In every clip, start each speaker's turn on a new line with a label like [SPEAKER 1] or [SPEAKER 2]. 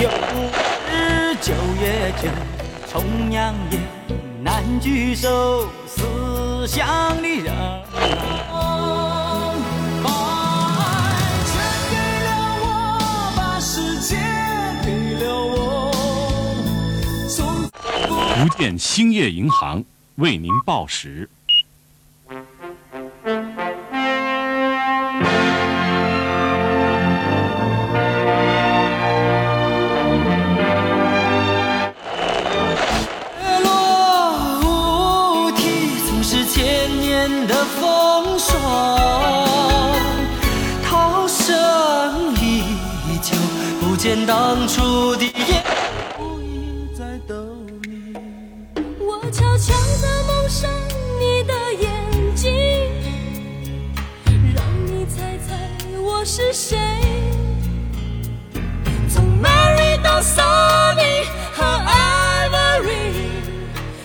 [SPEAKER 1] 有日九月九，重阳夜，难聚首，思乡的人。把爱全给了我，把世界给了我，从。
[SPEAKER 2] 福建兴业银行为您报时。
[SPEAKER 1] 落无题，总是千年的风霜。涛声依旧，不见当初的夜。我一再等你，
[SPEAKER 3] 我悄悄地蒙上你的眼睛，让你猜猜我是谁。从 Mary 到 Sunny 和 Ivory，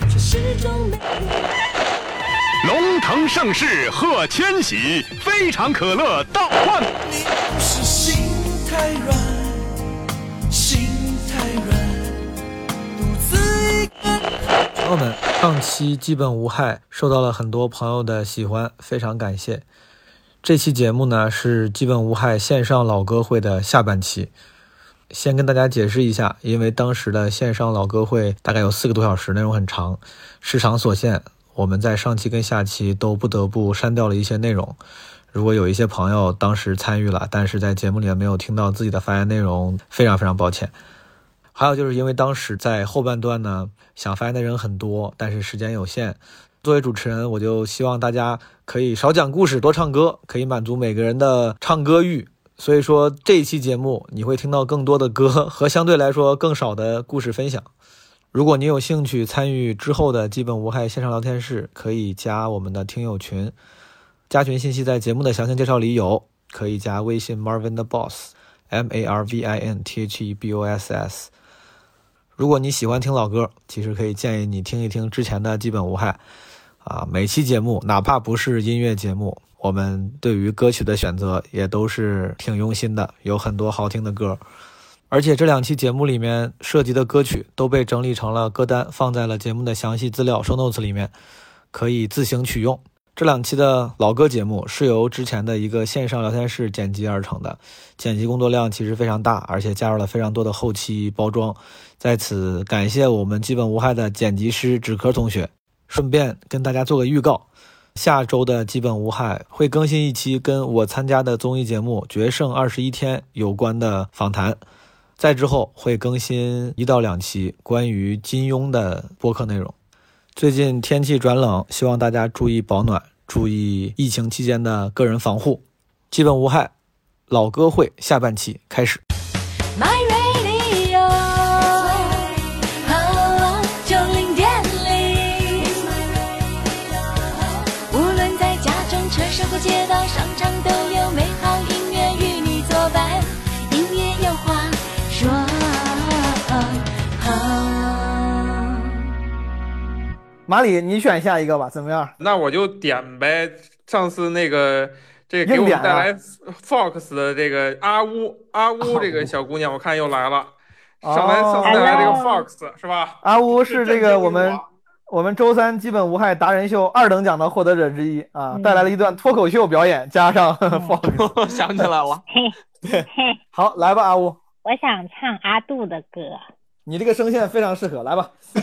[SPEAKER 3] 却始终没有。
[SPEAKER 4] 龙腾盛世贺千禧，非常可乐到万。
[SPEAKER 1] 是心太软，心太软，独自一个。
[SPEAKER 5] 朋友们，上期基本无害，受到了很多朋友的喜欢，非常感谢。这期节目呢是基本无害线上老歌会的下半期。先跟大家解释一下，因为当时的线上老歌会大概有四个多小时，内容很长，时长所限，我们在上期跟下期都不得不删掉了一些内容。如果有一些朋友当时参与了，但是在节目里面没有听到自己的发言内容，非常非常抱歉。还有就是因为当时在后半段呢，想发言的人很多，但是时间有限。作为主持人，我就希望大家可以少讲故事，多唱歌，可以满足每个人的唱歌欲。所以说这一期节目你会听到更多的歌和相对来说更少的故事分享。如果你有兴趣参与之后的基本无害线上聊天室，可以加我们的听友群，加群信息在节目的详情介绍里有，可以加微信 Marvin 的 Boss，M A R V I N T H E B O S S。如果你喜欢听老歌，其实可以建议你听一听之前的《基本无害》啊。每期节目，哪怕不是音乐节目，我们对于歌曲的选择也都是挺用心的，有很多好听的歌。而且这两期节目里面涉及的歌曲都被整理成了歌单，放在了节目的详细资料 show notes 里面，可以自行取用。这两期的老歌节目是由之前的一个线上聊天室剪辑而成的，剪辑工作量其实非常大，而且加入了非常多的后期包装。在此感谢我们基本无害的剪辑师纸壳同学。顺便跟大家做个预告，下周的基本无害会更新一期跟我参加的综艺节目《决胜二十一天》有关的访谈，在之后会更新一到两期关于金庸的播客内容。最近天气转冷，希望大家注意保暖，注意疫情期间的个人防护。基本无害，老歌会下半期开始。
[SPEAKER 3] My Radio，九零点零。无论在家中、车上或街道、商场，都有美好音乐与你作伴。音乐有话说。
[SPEAKER 6] 马里，你选下一个吧，怎么样？
[SPEAKER 7] 那我就点呗。上次那个，这个给我
[SPEAKER 6] 啊
[SPEAKER 7] 们带来 Fox 的这个阿乌阿乌这个小姑娘，我看又来了。
[SPEAKER 6] 哦
[SPEAKER 7] 上来上次带来这个 Fox 是吧？
[SPEAKER 6] 阿乌是这个我
[SPEAKER 7] 这
[SPEAKER 6] 们我们周三基本无害达人秀二等奖的获得者之一啊，
[SPEAKER 8] 嗯
[SPEAKER 6] 带来了一段脱口秀表演，加上 Fox。
[SPEAKER 1] 我想起来了，
[SPEAKER 6] 好，来吧，阿乌，
[SPEAKER 9] 我想唱阿杜的歌，
[SPEAKER 6] 你这个声线非常适合，来吧。
[SPEAKER 7] 跟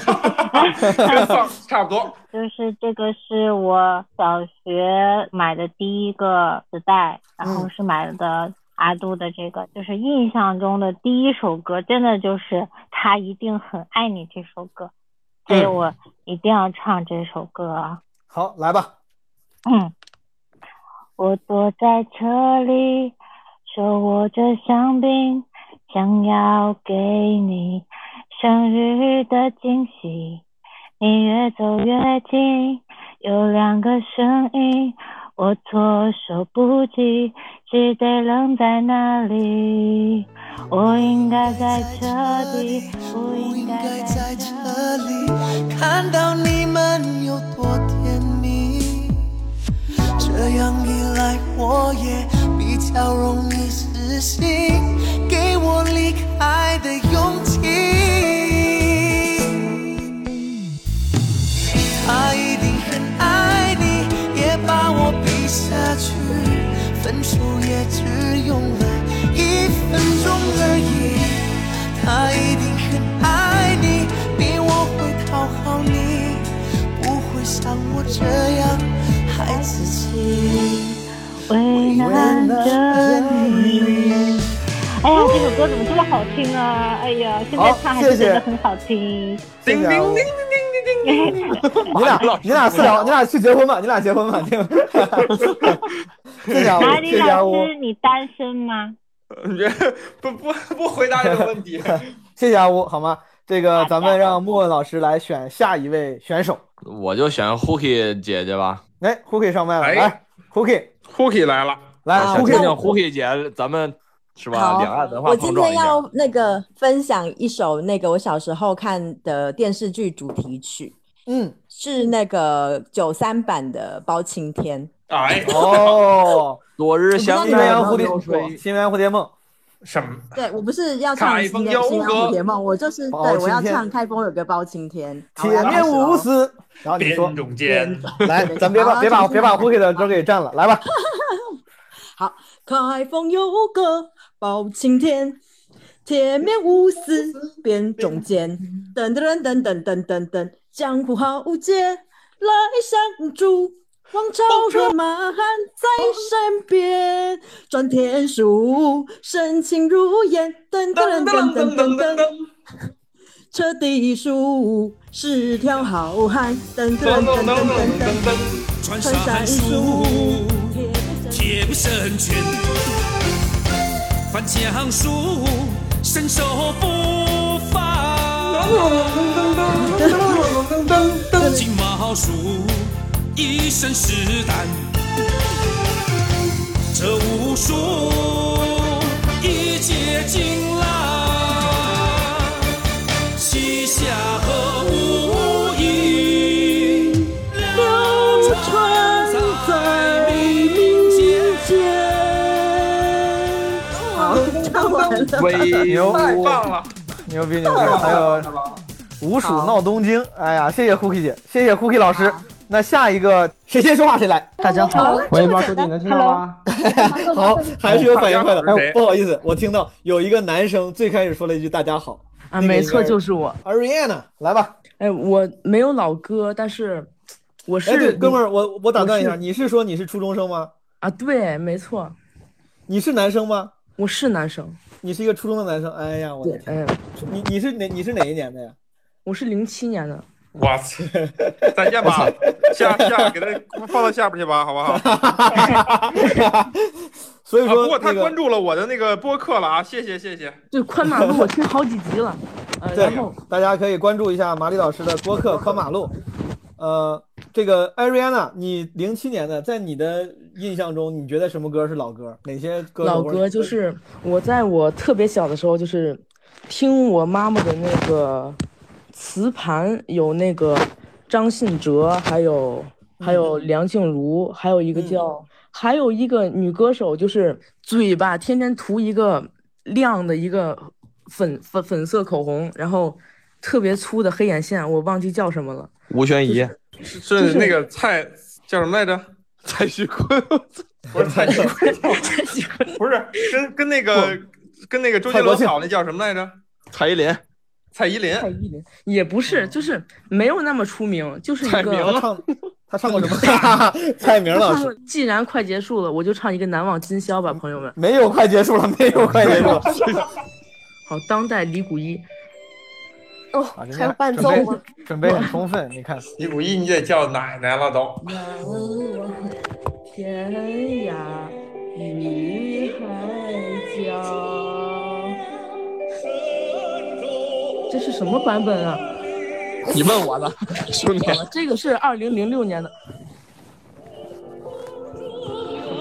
[SPEAKER 7] Fox 差不多。
[SPEAKER 9] 就是这个是我小学买的第一个磁带，然后是买的阿杜的这个，就是印象中的第一首歌，真的就是他一定很爱你这首歌，
[SPEAKER 7] 嗯
[SPEAKER 9] 所以我一定要唱这首歌啊。
[SPEAKER 6] 好，来吧。
[SPEAKER 9] 嗯，我躲在车里，手握着香槟，想要给你生日的惊喜。你越走越近，有两个声音，我措手不及，只得愣在那里。我应该在这里，不应该在这里。
[SPEAKER 1] 里看到你们有多甜蜜，这样一来我也比较容易死心。给我离开的勇
[SPEAKER 8] 歌怎么哎这么好听啊？哎呀，现在
[SPEAKER 6] 好
[SPEAKER 8] 唱还
[SPEAKER 6] 谢
[SPEAKER 8] 是真
[SPEAKER 6] 谢
[SPEAKER 8] 的很好听。
[SPEAKER 6] 谢
[SPEAKER 7] 叮
[SPEAKER 6] 谢
[SPEAKER 7] 叮
[SPEAKER 6] 啊
[SPEAKER 7] 叮叮叮叮叮叮叮。
[SPEAKER 6] 你俩你俩私聊，你俩去结婚吧，你俩结婚吧，听。 这家
[SPEAKER 8] 马
[SPEAKER 6] 伙，
[SPEAKER 8] 里
[SPEAKER 6] 这家
[SPEAKER 8] 老
[SPEAKER 6] 伙，
[SPEAKER 8] 师，你单身吗？
[SPEAKER 7] 你别不不不回答这个问题。
[SPEAKER 6] 这家伙，好吗？这个咱们让莫问老师来选下一位选手。
[SPEAKER 4] 我就选 Hooky 姐姐吧。
[SPEAKER 6] 哎，Cookie 上麦了，
[SPEAKER 7] 哎
[SPEAKER 6] 来，Cookie，
[SPEAKER 7] Cookie 来了，
[SPEAKER 6] 来啊
[SPEAKER 4] 我想听听
[SPEAKER 6] ，Cookie，
[SPEAKER 4] Hooky 姐，咱们是吧？
[SPEAKER 10] 好
[SPEAKER 4] 两岸文化
[SPEAKER 10] 我
[SPEAKER 4] 碰
[SPEAKER 10] 今
[SPEAKER 4] 撞
[SPEAKER 10] 天
[SPEAKER 4] 一下
[SPEAKER 10] 要。那个分享一首那个我小时候看的电视剧主题曲，
[SPEAKER 6] 嗯，
[SPEAKER 10] 是那个九三版的《包青天》。
[SPEAKER 7] 哎，
[SPEAKER 6] 哦，
[SPEAKER 4] 昨日
[SPEAKER 6] 新
[SPEAKER 4] 想
[SPEAKER 10] 你
[SPEAKER 4] 你
[SPEAKER 10] 们
[SPEAKER 6] 鸳
[SPEAKER 10] 有
[SPEAKER 6] 鸯蝴
[SPEAKER 10] 没有
[SPEAKER 6] 蝶
[SPEAKER 4] 流，水
[SPEAKER 6] 新鸳鸯蝴蝶梦，
[SPEAKER 7] 什么？
[SPEAKER 10] 对我不是要唱
[SPEAKER 7] 开
[SPEAKER 10] 《
[SPEAKER 7] 封
[SPEAKER 10] 新
[SPEAKER 7] 幽
[SPEAKER 10] 新
[SPEAKER 7] 阁
[SPEAKER 10] 蝴蝶梦》，我就是
[SPEAKER 6] 包
[SPEAKER 10] 对我要
[SPEAKER 6] 青天
[SPEAKER 10] 唱开封有个包青天，好
[SPEAKER 6] 铁面无。私。然后你
[SPEAKER 7] 变
[SPEAKER 6] 说，
[SPEAKER 7] 种间，
[SPEAKER 6] 来，咱别把别把别把 Cookie 的歌给占了，来吧，
[SPEAKER 10] 我要开封有个包青天，铁面无私辨忠奸，噔噔噔噔噔噔噔，江湖豪杰来相助。王朝和马汉在身边，转天书，深情如烟，噔噔
[SPEAKER 7] 噔
[SPEAKER 10] 噔
[SPEAKER 7] 噔噔
[SPEAKER 10] 噔噔
[SPEAKER 7] 噔
[SPEAKER 10] 噔
[SPEAKER 7] 噔
[SPEAKER 10] 噔，
[SPEAKER 7] 噔，
[SPEAKER 10] 彻底输是条好汉，噔
[SPEAKER 7] 噔噔噔
[SPEAKER 10] 噔噔噔噔噔
[SPEAKER 7] 噔。噔
[SPEAKER 2] 穿
[SPEAKER 10] 穿上一
[SPEAKER 2] 上寒
[SPEAKER 10] 束
[SPEAKER 2] 暑，
[SPEAKER 10] 铁不生
[SPEAKER 2] 铁不生拳，翻江术，身手不凡。金毛鼠，一身是胆，这武术一解尽览，西夏和无影，流传在民间。
[SPEAKER 10] 好，唱完了。
[SPEAKER 4] 威武
[SPEAKER 7] 太棒了！
[SPEAKER 6] 牛逼牛逼，还有五鼠闹东京，哎呀，谢谢 Cookie 姐，谢谢 Cookie 老师。那下一个谁先说话谁来？
[SPEAKER 11] 大家好，喂，马书记，能听到吗？
[SPEAKER 6] 好，还是有反应快的。
[SPEAKER 7] 大家好是谁
[SPEAKER 6] 哎，不好意思，我听到有一个男生最开始说了一句“大家好那
[SPEAKER 11] 啊，
[SPEAKER 6] 个
[SPEAKER 11] 没
[SPEAKER 6] 应
[SPEAKER 11] 错，
[SPEAKER 6] 该
[SPEAKER 11] 就是我。
[SPEAKER 6] ”，Ariana，来吧。
[SPEAKER 11] 哎，我没有老歌，但是我
[SPEAKER 6] 哎，对，
[SPEAKER 11] 是
[SPEAKER 6] 哥们儿，我我打断一下，
[SPEAKER 11] 我是
[SPEAKER 6] 你是说你是初中生吗？
[SPEAKER 11] 啊，对，没错，
[SPEAKER 6] 你是男生吗？
[SPEAKER 11] 我是男生。
[SPEAKER 6] 你是一个初中的男生？哎呀，我
[SPEAKER 11] 对
[SPEAKER 6] 的，天，
[SPEAKER 11] 哎，
[SPEAKER 6] 你你是哪你是哪一年的呀？
[SPEAKER 11] 我是零七年的。
[SPEAKER 7] 我操，再见吧，下下给他放到下边去吧，好不好？啊，
[SPEAKER 6] 所以
[SPEAKER 7] 不
[SPEAKER 6] 说，
[SPEAKER 7] 过他
[SPEAKER 6] 那个
[SPEAKER 7] 关注了我的那个播客了啊，谢谢谢谢。
[SPEAKER 11] 对，宽马路我听好几集了。呃，
[SPEAKER 6] 对
[SPEAKER 11] 然后，
[SPEAKER 6] 大家可以关注一下马里老师的播客《宽马路》。呃，这个 Ariana，你零七年的，在你的印象中，你觉得什么歌是老歌？哪些歌手
[SPEAKER 11] 老
[SPEAKER 6] 或者
[SPEAKER 11] 歌就是我在我特别小的时候，就是听我妈妈的那个磁盘，有那个张信哲，还有还有梁静茹，还有一个叫、还有一个女歌手，就是嘴巴天天涂一个亮的一个粉粉粉色口红，然后特别粗的黑眼线，我忘记叫什么了。
[SPEAKER 4] 吴宣仪、
[SPEAKER 7] 是是那个蔡叫什么来 着？
[SPEAKER 4] 蔡徐坤，
[SPEAKER 7] 不是蔡徐坤， 不是跟跟那个跟那个周杰伦好那叫什么来着？
[SPEAKER 4] 蔡依林、
[SPEAKER 7] 蔡依林。嗯
[SPEAKER 11] 蔡依林也不是，就是没有那么出名，就是一
[SPEAKER 4] 蔡
[SPEAKER 11] 个
[SPEAKER 4] 明
[SPEAKER 6] 他 唱他唱过什么？蔡明老师
[SPEAKER 11] 既然快结束了，我就唱一个《难忘今宵》吧，朋友们。
[SPEAKER 6] 没有，快结束了，没有， 快结束了。
[SPEAKER 11] 好，当代李谷一，
[SPEAKER 10] 哦，还有伴奏吗？
[SPEAKER 6] 啊准备很充分，你看，
[SPEAKER 7] 李谷一，你得叫奶奶了都。
[SPEAKER 11] 难忘天涯与海角。这是什么版本啊？
[SPEAKER 4] 你问我呢，兄弟，
[SPEAKER 11] 哦这个是二零零六年的。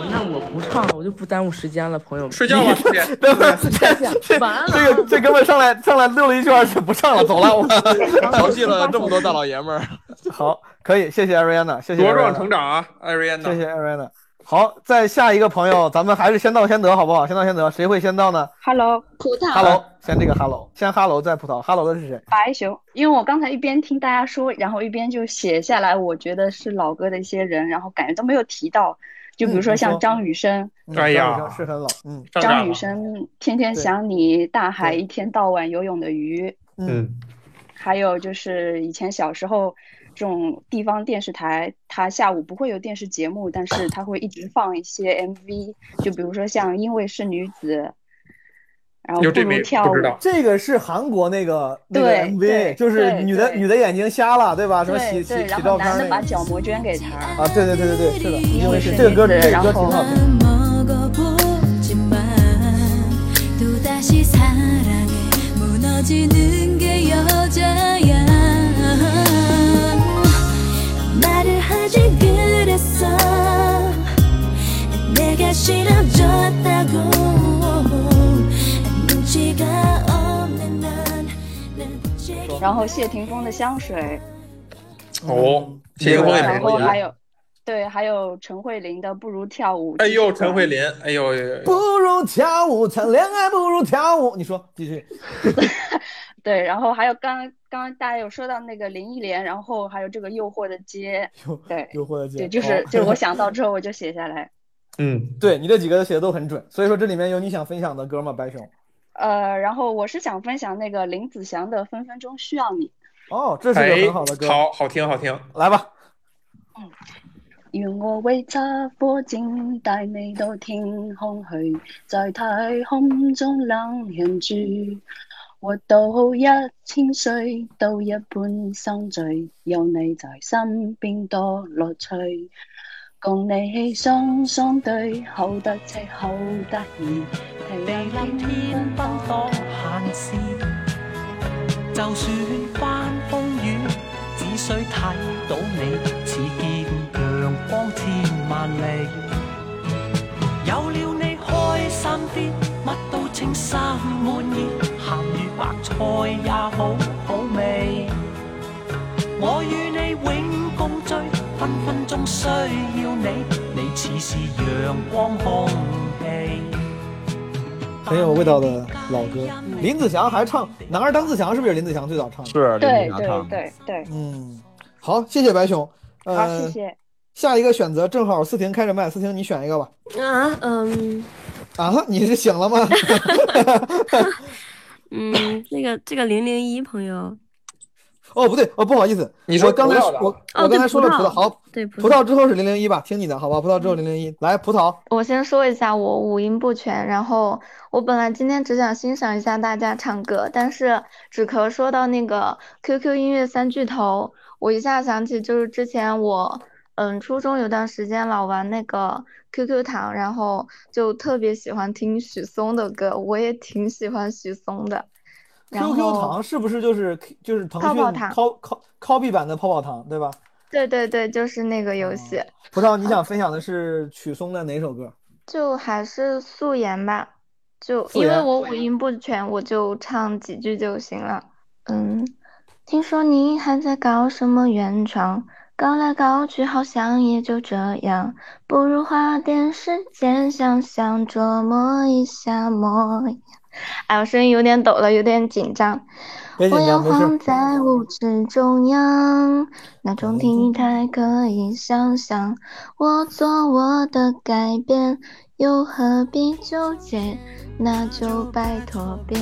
[SPEAKER 11] 那我不唱了，我就不耽误时间了，朋友们。
[SPEAKER 7] 睡觉 吧，快点。
[SPEAKER 6] 等会儿这这
[SPEAKER 11] 完 了
[SPEAKER 6] 这个这哥们儿上来上来溜了一圈，就不上了，走了。我
[SPEAKER 4] 调戏了这么多大老爷们儿。
[SPEAKER 6] 好，可以，谢谢 Ariana，谢谢
[SPEAKER 7] 茁壮
[SPEAKER 6] Ariana
[SPEAKER 7] 成长啊，艾瑞安娜
[SPEAKER 6] 谢。谢 Ariana。好，再下一个朋友，咱们还是先到先得，好不好？先到先得，谁会先到呢
[SPEAKER 12] Hello，呃
[SPEAKER 10] 葡萄
[SPEAKER 6] ？Hello，先这个 Hello，先 Hello 再葡萄，Hello 的是谁？
[SPEAKER 12] 白熊。因为我刚才一边听大家说，然后一边就写下来，我觉得是老歌的一些人，然后感觉都没有提到。就比如
[SPEAKER 6] 嗯
[SPEAKER 12] 说
[SPEAKER 6] 你
[SPEAKER 12] 像
[SPEAKER 6] 说
[SPEAKER 12] 张雨生，
[SPEAKER 6] 嗯
[SPEAKER 7] 哎呀
[SPEAKER 6] 张雨生是很老，嗯
[SPEAKER 7] 张
[SPEAKER 12] 张
[SPEAKER 7] 长
[SPEAKER 12] 雨
[SPEAKER 7] 了，
[SPEAKER 12] 生天天
[SPEAKER 6] 对
[SPEAKER 12] 想你，大海
[SPEAKER 6] 对
[SPEAKER 12] 一天到晚游泳的鱼，
[SPEAKER 6] 嗯，
[SPEAKER 7] 嗯，
[SPEAKER 12] 还有就是以前小时候这种地方电视台，它下午不会有电视节目，但是它会一直放一些 MV，就比如说像《因为是女子》，然后不如跳舞。
[SPEAKER 6] 这个是韩国那个那个
[SPEAKER 12] 对对
[SPEAKER 6] MV，就是
[SPEAKER 12] 对
[SPEAKER 6] 女的女的眼睛瞎了，对吧？什么
[SPEAKER 12] 对
[SPEAKER 6] 洗洗
[SPEAKER 12] 对，然
[SPEAKER 6] 洗
[SPEAKER 12] 后
[SPEAKER 6] 照
[SPEAKER 12] 男
[SPEAKER 6] 片
[SPEAKER 12] 的
[SPEAKER 6] 那
[SPEAKER 12] 把
[SPEAKER 6] 个
[SPEAKER 12] 角膜捐给他。
[SPEAKER 6] 啊，对对对对对，是的，因为
[SPEAKER 12] 是
[SPEAKER 6] 是这个歌
[SPEAKER 12] 女
[SPEAKER 6] 这
[SPEAKER 12] 子
[SPEAKER 6] 个歌挺
[SPEAKER 12] 然后
[SPEAKER 6] 好听。
[SPEAKER 3] 먹어보지만 또다시 사랑에 무너지는 게 여자야 말을 하지 그랬어 내가 싫어졌다고 눈치가 없는 난난
[SPEAKER 12] 然后谢霆锋的香水，
[SPEAKER 7] 哦，谢霆锋也
[SPEAKER 12] 然
[SPEAKER 7] 没
[SPEAKER 12] 后
[SPEAKER 7] 过
[SPEAKER 12] 还有对，还有陈慧琳的《不如跳舞》。
[SPEAKER 7] 哎呦，陈慧琳，哎呦，
[SPEAKER 6] 不如跳舞，谈恋爱不如跳舞。你说继续，
[SPEAKER 12] 对，然后还有刚刚刚大家有说到那个林忆莲，然后还有这个《诱惑的街》，对，
[SPEAKER 6] 诱惑的街
[SPEAKER 12] 对，就是、
[SPEAKER 6] 哦
[SPEAKER 12] 就是我想到之后我就写下来。
[SPEAKER 7] 嗯，
[SPEAKER 6] 对你这几个写的都很准，所以说这里面有你想分享的歌吗，白熊？
[SPEAKER 12] 呃，然后我是想分享那个林子祥的《分分钟需要你》。
[SPEAKER 6] 哦，这是一个很好的歌，
[SPEAKER 7] 哎好好听，好听。
[SPEAKER 6] 来吧，
[SPEAKER 12] 願我為他火箭帶你到天空去，在太空中冷人住，活到一千歲都一般心醉，有你在身邊多樂趣。共你雙雙對，好得戚，好得意，地冧天崩多閒事。
[SPEAKER 2] 就算翻風雨，只需睇到你，似見陽光千萬里。有了你開心啲，乜都稱心滿意，鹹魚白菜也好好味。我與你永共聚，分分鐘需要你，你似是陽光空氣。
[SPEAKER 6] 很有味道的老歌。林子祥还唱《男儿当自强》，是不是也是林子祥最早唱的？
[SPEAKER 1] 是
[SPEAKER 12] 对对对对，
[SPEAKER 6] 嗯，好，谢谢白熊。
[SPEAKER 12] 好，
[SPEAKER 6] 呃，
[SPEAKER 12] 谢谢。
[SPEAKER 6] 下一个选择正好思婷开着麦，思婷你选一个吧。
[SPEAKER 13] 啊，嗯
[SPEAKER 6] 啊，你是醒了吗？
[SPEAKER 13] 嗯，那个这个零零一朋友，
[SPEAKER 6] 哦，不对，哦，不好意思，
[SPEAKER 13] 你说
[SPEAKER 6] 我刚才
[SPEAKER 13] 葡萄的
[SPEAKER 6] 我
[SPEAKER 13] 哦
[SPEAKER 6] 我
[SPEAKER 13] 对
[SPEAKER 6] 刚才说了
[SPEAKER 13] 葡
[SPEAKER 6] 葡萄，
[SPEAKER 13] 萄
[SPEAKER 6] 好，
[SPEAKER 13] 对葡萄
[SPEAKER 6] 葡萄之后是零零一吧，听你的，好吧，葡萄之后零零一，来，葡萄，
[SPEAKER 14] 我先说一下，我五音不全，然后我本来今天只想欣赏一下大家唱歌，但是只可说到那个 QQ 音乐三巨头，我一下想起就是之前我嗯初中有段时间老玩那个 QQ 糖，然后就特别喜欢听许嵩的歌，我也挺喜欢许嵩的，然
[SPEAKER 6] QQ
[SPEAKER 14] 后
[SPEAKER 6] 糖是不是就是就是腾
[SPEAKER 14] 泡
[SPEAKER 6] 讯
[SPEAKER 14] 泡糖
[SPEAKER 6] copy copy- copy 版的泡泡糖，对吧？
[SPEAKER 14] 对对对，就是那个游戏，
[SPEAKER 6] 葡萄，你想分享的是许嵩的哪首歌？
[SPEAKER 14] 就还是素颜吧，就
[SPEAKER 6] 素
[SPEAKER 14] 因为
[SPEAKER 6] 颜
[SPEAKER 14] 我五音不全，我就唱几句就行了。嗯，听说你还在搞什么原创，搞来搞去好像也就这样，不如花点时间想想，琢磨一下模样。哎，我声音有点抖了，有点紧张。
[SPEAKER 15] 别紧
[SPEAKER 14] 我摇
[SPEAKER 15] 张没事
[SPEAKER 14] 晃在舞池中央，那种体态可以想象。我做我的改变，又何必纠结？那就拜托别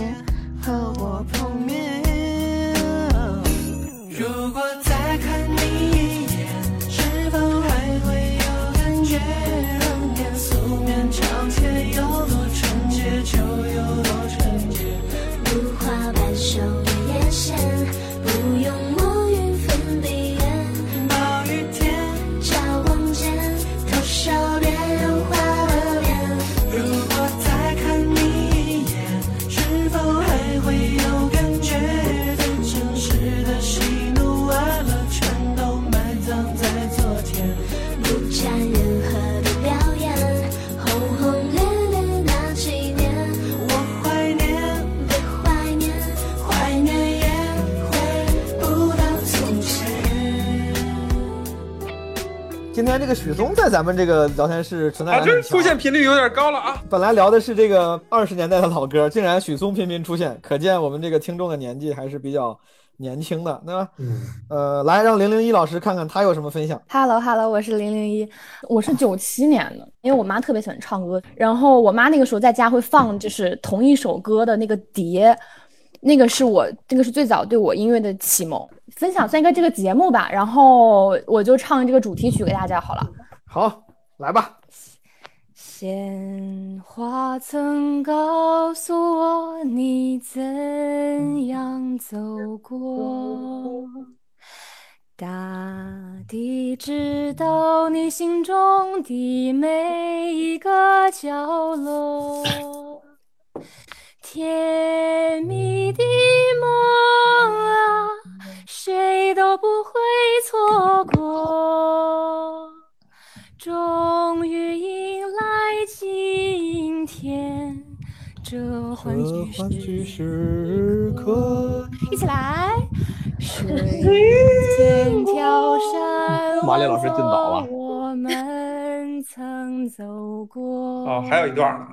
[SPEAKER 14] 和我碰面。
[SPEAKER 2] 如果再看你一眼，是否还会有感觉？当年素面朝天，有多纯洁就有多纯洁。
[SPEAKER 3] 如花瓣手的眼线，不用墨云粉笔眼，暴雨天照光间，头烧点融化了脸。
[SPEAKER 2] 如果再看你一眼，是否还会有感觉？对城市的喜怒哀乐，全都埋葬在昨天。
[SPEAKER 3] 不沾任何的表演，轰轰烈烈那几年，我怀念，被怀念，怀念也回不到从前。
[SPEAKER 6] 今天这个许嵩在咱们这个聊天室存在
[SPEAKER 7] 啊，
[SPEAKER 6] 感
[SPEAKER 7] 这
[SPEAKER 6] 很强
[SPEAKER 7] 出。现频率有点高了啊。
[SPEAKER 6] 本来聊的是这个二十年代的老歌，竟然许嵩频频出现，可见我们这个听众的年纪还是比较年轻的。那，呃，来让零零一老师看看他有什么分享。
[SPEAKER 16] Hello Hello，我是零零一，我是九七年的，因为我妈特别喜欢唱歌，然后我妈那个时候在家会放就是同一首歌的那个碟，那个是我那个是最早对我音乐的启蒙。分享算一个这个节目吧，然后我就唱这个主题曲给大家好了。
[SPEAKER 6] 好，来吧。
[SPEAKER 16] 谁鲜花曾告诉我你怎样走过，大地知道你心中的每一个角落。甜蜜的梦啊，谁都不会错过。终于迎来今天，这欢聚
[SPEAKER 1] 欢聚时刻。
[SPEAKER 16] 一起来。千条山，
[SPEAKER 4] 马丽老师进岛了
[SPEAKER 16] 我们曾走过。
[SPEAKER 7] 哦，还有一段呢。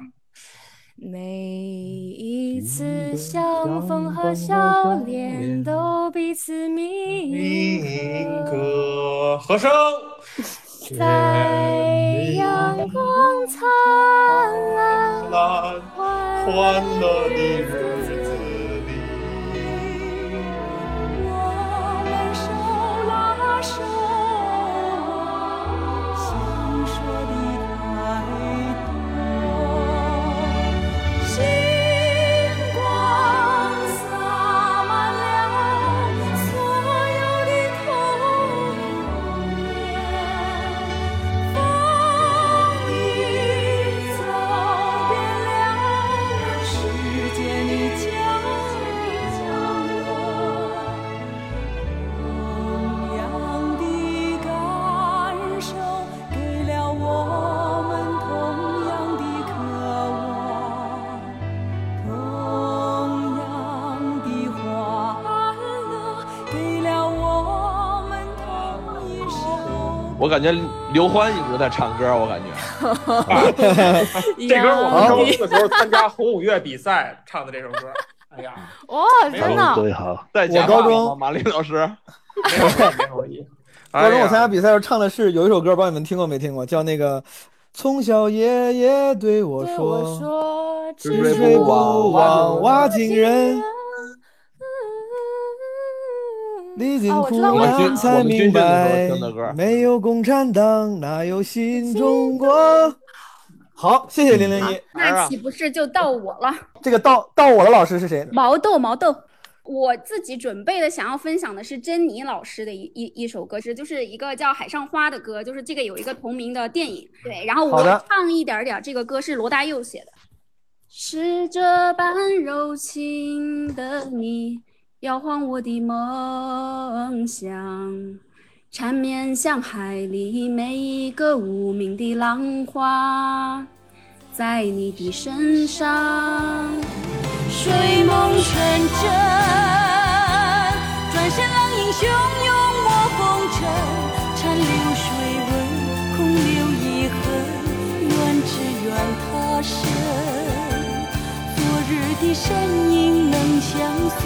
[SPEAKER 16] 每一次相逢和笑脸，都彼此铭刻。
[SPEAKER 7] 呃，和声。
[SPEAKER 16] 在阳光灿烂，
[SPEAKER 7] 欢乐的日子里，
[SPEAKER 16] 我们手拉手，
[SPEAKER 3] 想说的太多，
[SPEAKER 16] 星光洒满了所有的童年，风已走遍了世界的角落。
[SPEAKER 3] 同样的感受，给了我们同样的渴望，同样的欢乐，给了我们同一生。
[SPEAKER 4] 我感觉刘欢一直在唱歌，我感觉。
[SPEAKER 7] 啊 这歌我们高中的时候参加红五月比赛唱的这首歌。哎呀，
[SPEAKER 16] 哇，真的，
[SPEAKER 4] 好，在家
[SPEAKER 6] 我高中
[SPEAKER 4] 吧马丽老师，
[SPEAKER 6] 高中我参加比赛时候唱的是有一首歌，不知道你们听过没听过，叫那个“从小爷爷对我说，
[SPEAKER 16] 说
[SPEAKER 6] 只水不忘挖井人”。历经苦难才明白，没有共产党，哪有新中国？好，谢谢零零一。
[SPEAKER 17] 那岂不是就到我了？
[SPEAKER 6] 这个到到我的老师是谁？
[SPEAKER 17] 毛豆，毛豆。我自己准备的想要分享的是珍妮老师的一一一首歌，是就是一个叫《海上花》的歌，就是这个有一个同名的电影。对，然后
[SPEAKER 16] 嗯好
[SPEAKER 17] 我
[SPEAKER 16] 的
[SPEAKER 17] 唱一点点，这个歌是罗大佑写的。
[SPEAKER 16] 是这般柔情的你，
[SPEAKER 17] 摇晃我的梦想，缠绵像海里每一个无名的浪花，在你的身上。
[SPEAKER 3] 睡梦成真，转身浪影汹涌我风尘，潺流水纹，空留一痕，愿只愿他生。昨日的身影能相随，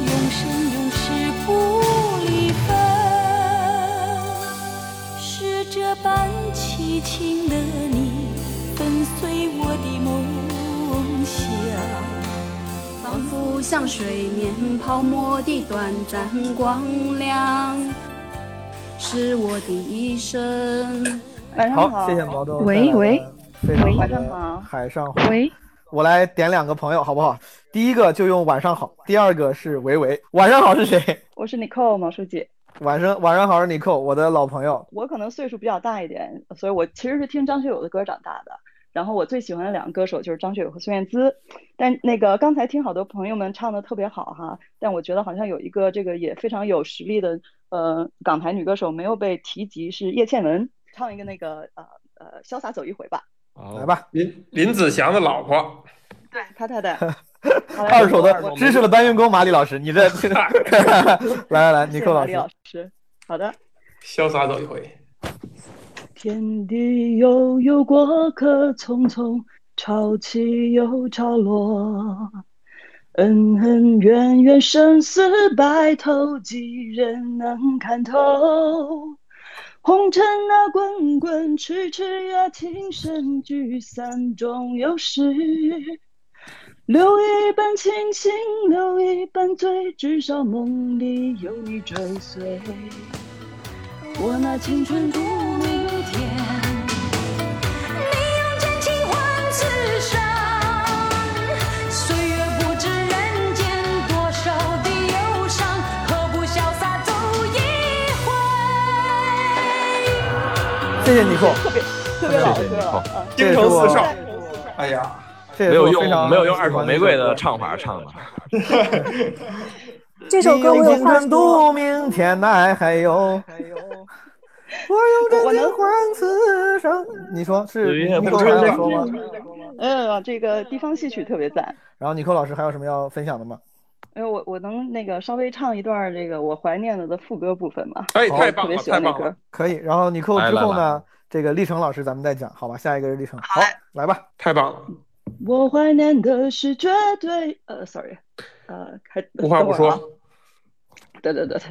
[SPEAKER 3] 永生永世不离分。是这般凄情的你，粉碎我的梦想。
[SPEAKER 17] 仿佛像水面泡沫的短暂光亮，是我的一生。
[SPEAKER 6] 晚好，谢谢毛豆。
[SPEAKER 17] 喂喂，
[SPEAKER 6] 非常好的
[SPEAKER 17] 晚上好
[SPEAKER 6] 海上好。喂，我来点两个朋友好不好？第一个就用晚上好，第二个是维维。晚上好是谁？
[SPEAKER 18] 我是 Nicole 毛书记，
[SPEAKER 6] 晚上晚上好是你扣，我的老朋友。
[SPEAKER 18] 我可能岁数比较大一点，所以我其实是听张学友的歌长大的。然后我最喜欢的两个歌手就是张学友和孙燕姿，但那个刚才听好多朋友们唱的特别好哈，但我觉得好像有一个这个也非常有实力的呃港台女歌手没有被提及是叶倩文，唱一个那个呃呃潇洒走一回吧，
[SPEAKER 6] 来吧，
[SPEAKER 7] 林林子祥的老婆，
[SPEAKER 18] 对他 太太
[SPEAKER 6] 二手的知识的搬运工马里老师，你 这来来来，你
[SPEAKER 18] 谢谢
[SPEAKER 6] 扣
[SPEAKER 18] 马
[SPEAKER 6] 老
[SPEAKER 18] 丽
[SPEAKER 6] 师
[SPEAKER 18] 老。师，好的。
[SPEAKER 7] 潇洒走一回。
[SPEAKER 18] 天地悠悠，过客匆匆，潮起又潮落。恩恩怨怨，生死白头，几人能看透？红尘啊，滚滚，痴痴呀、情深聚散终有时。留一半清醒，留一半醉，至少梦里有你追随。我那青春不
[SPEAKER 3] 你用真情
[SPEAKER 6] 谢谢尼克，
[SPEAKER 18] 特别特别老，特别老。啊
[SPEAKER 6] 这也是我
[SPEAKER 7] 少，哎呀，
[SPEAKER 6] 这也是
[SPEAKER 4] 没有
[SPEAKER 6] 我
[SPEAKER 4] 用
[SPEAKER 6] 非常
[SPEAKER 4] 没有用二手玫瑰的唱法唱的，
[SPEAKER 1] 这首歌我有话说
[SPEAKER 6] 度明天来还有，我用真情换此生。你说
[SPEAKER 4] 子
[SPEAKER 6] 是
[SPEAKER 4] 夜
[SPEAKER 6] 尼
[SPEAKER 4] 不
[SPEAKER 6] 克
[SPEAKER 4] 知
[SPEAKER 6] 还要
[SPEAKER 4] 情
[SPEAKER 6] 说吗？
[SPEAKER 18] 嗯，这个地方戏曲特别赞。
[SPEAKER 6] 然后尼克老师还有什么要分享的吗？
[SPEAKER 18] 哎，我我能那个稍微唱一段这个我怀念了的副歌部分吗？
[SPEAKER 6] 好
[SPEAKER 18] 我特别喜欢那歌。！
[SPEAKER 6] 可以。然后尼克
[SPEAKER 18] 来
[SPEAKER 6] 之
[SPEAKER 18] 来
[SPEAKER 6] 后
[SPEAKER 18] 来
[SPEAKER 6] 呢，这个历程老师咱们再讲，好吧？下一个是历程，好，来吧。
[SPEAKER 7] 太棒了！
[SPEAKER 18] 我怀念的是绝对呃，sorry，呃，开
[SPEAKER 7] 无话不。
[SPEAKER 18] 等会儿啊
[SPEAKER 7] 说，
[SPEAKER 18] 对对对对，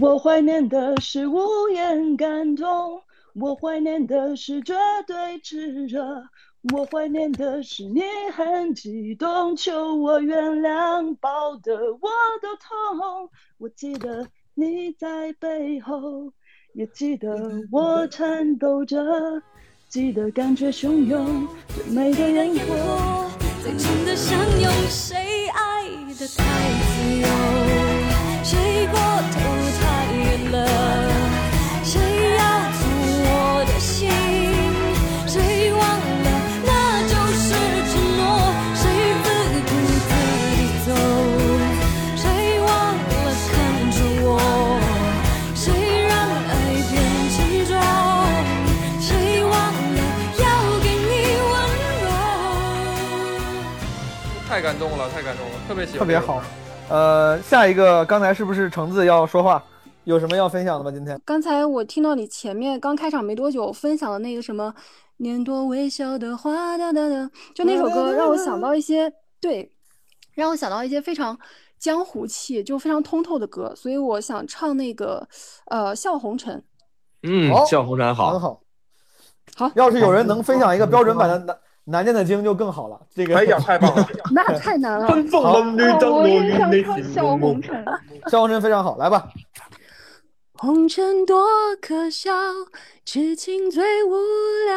[SPEAKER 18] 我怀念的是无言感动，我怀念的是绝对炙热，我怀念的是你很激动，求我原谅，抱得我的痛。我记得你在背后，也记得我颤抖着，记得感觉汹涌，对每个人我。
[SPEAKER 19] 最真的相拥，谁爱的太自由，谁过头太远了，谁要住我的心，谁忘了那就是承诺，谁自顾自地走，谁忘了看着我，谁让爱变沉重，谁忘了要给你温柔。
[SPEAKER 7] 太感动了，太感动了，特别喜欢，
[SPEAKER 6] 特别好。。呃，下一个，刚才是不是橙子要说话？有什么要分享的吗？今天
[SPEAKER 20] 刚才我听到你前面刚开场没多久分享的那个什么“年多微笑的花”哒哒哒，就那首歌让我想到一些对，让我想到一些非常江湖气，就非常通透的歌，所以我想唱那个呃《笑红尘》。
[SPEAKER 4] 嗯
[SPEAKER 6] 好，
[SPEAKER 4] 笑红尘好，
[SPEAKER 6] 很好。
[SPEAKER 20] 好，
[SPEAKER 6] 要是有人能分享一个标准版的南南念的经就更好了。这个，哎呀，
[SPEAKER 7] 太棒了！
[SPEAKER 20] 那太难了。
[SPEAKER 6] 尘，笑红尘非常好，来吧。
[SPEAKER 19] 红尘多可笑，痴情最无聊，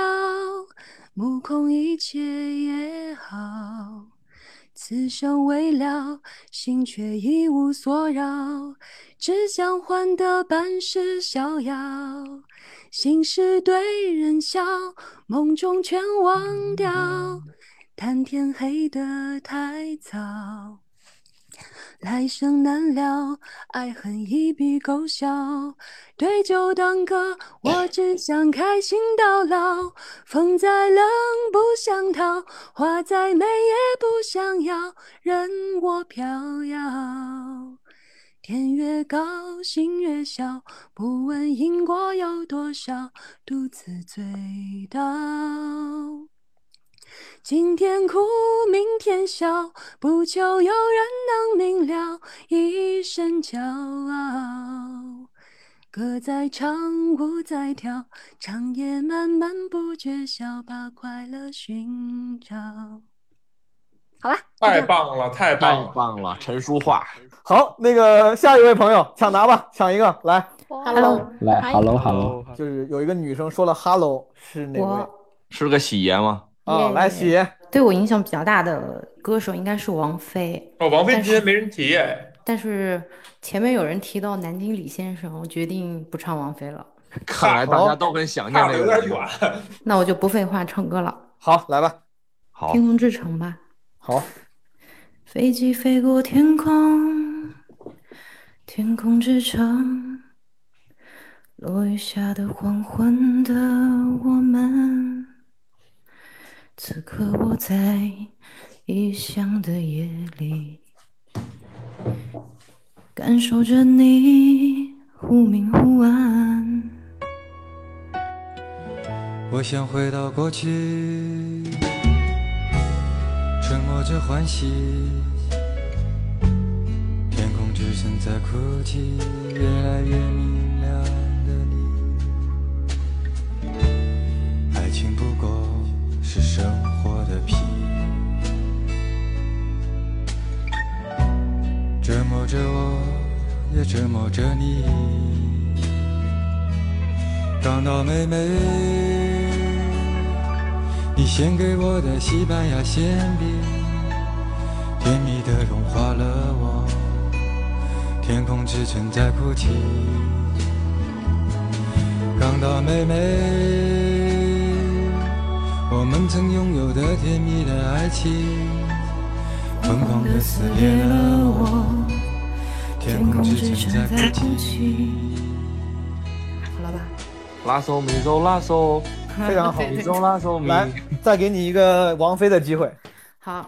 [SPEAKER 19] 目空一切也好。此生未了，心却一无所扰，只想换得半世逍遥。心事对人笑，梦中全忘掉，谈天黑得太早。来生难料，爱恨一笔勾销。对酒当歌，我只想开心到老。风再冷不想逃，花再美也不想要，任我飘摇。天越高，心越小，不问因果有多少，独自醉倒。今天哭，明天笑，不求有人能明了，一身骄傲。歌在唱，舞在跳，长夜漫漫不觉晓，把快乐寻找。
[SPEAKER 7] 太棒了，太棒
[SPEAKER 4] 了，棒了！陈淑桦，
[SPEAKER 6] 好，那个下一位朋友抢答吧，抢一个来。
[SPEAKER 21] Hello，
[SPEAKER 4] 来嗨 hello，hello
[SPEAKER 6] 就是有一个女生说了 “hello”，是哪位？
[SPEAKER 4] 是个喜爷吗？
[SPEAKER 6] 啊，来喜爷，
[SPEAKER 21] 对我影响比较大的歌手应该是王菲，
[SPEAKER 7] 哦，王菲今天没人提哎，
[SPEAKER 21] 但是前面有人提到南京李先生，我决定不唱王菲了。
[SPEAKER 4] 看来大家都很想念那个人。
[SPEAKER 21] 那我就不废话，唱歌了，
[SPEAKER 6] 好，来吧。
[SPEAKER 21] 《
[SPEAKER 4] 好，
[SPEAKER 21] 天空之城》吧。
[SPEAKER 6] 好。
[SPEAKER 21] 飞机飞过天空，天空之城，落雨下的黄昏的我们，此刻我在异乡的夜里，感受着你忽明忽暗。
[SPEAKER 22] 我想回到过去，沉默着欢喜，天空之城在哭泣，越来越明亮的你，爱情不过是生活的皮，折磨着我，也折磨着你。港岛妹妹，你献给我的西班牙馅饼，甜蜜的融化了我。天空之城在哭泣，
[SPEAKER 1] 让大妹妹，我们曾拥有的甜蜜的爱情，疯狂的撕裂了我，天空之城在哭泣。
[SPEAKER 11] 好了吧，
[SPEAKER 6] 拉手米粥拉手，非常好，
[SPEAKER 11] 对对米粥拉手米
[SPEAKER 6] 来，再给你一个王菲的机会。
[SPEAKER 11] 好。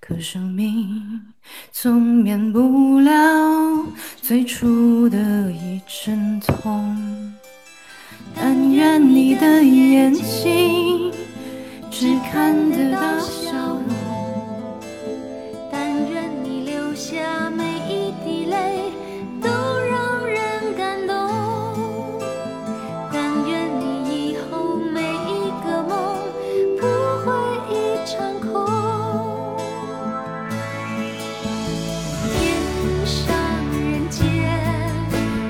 [SPEAKER 21] 可生命总免不了最初的一阵痛。但愿你的眼睛只看得到笑容，
[SPEAKER 3] 但愿你流下每一滴泪都让人感动，但愿你以后每一个梦不会一场空。天上人间，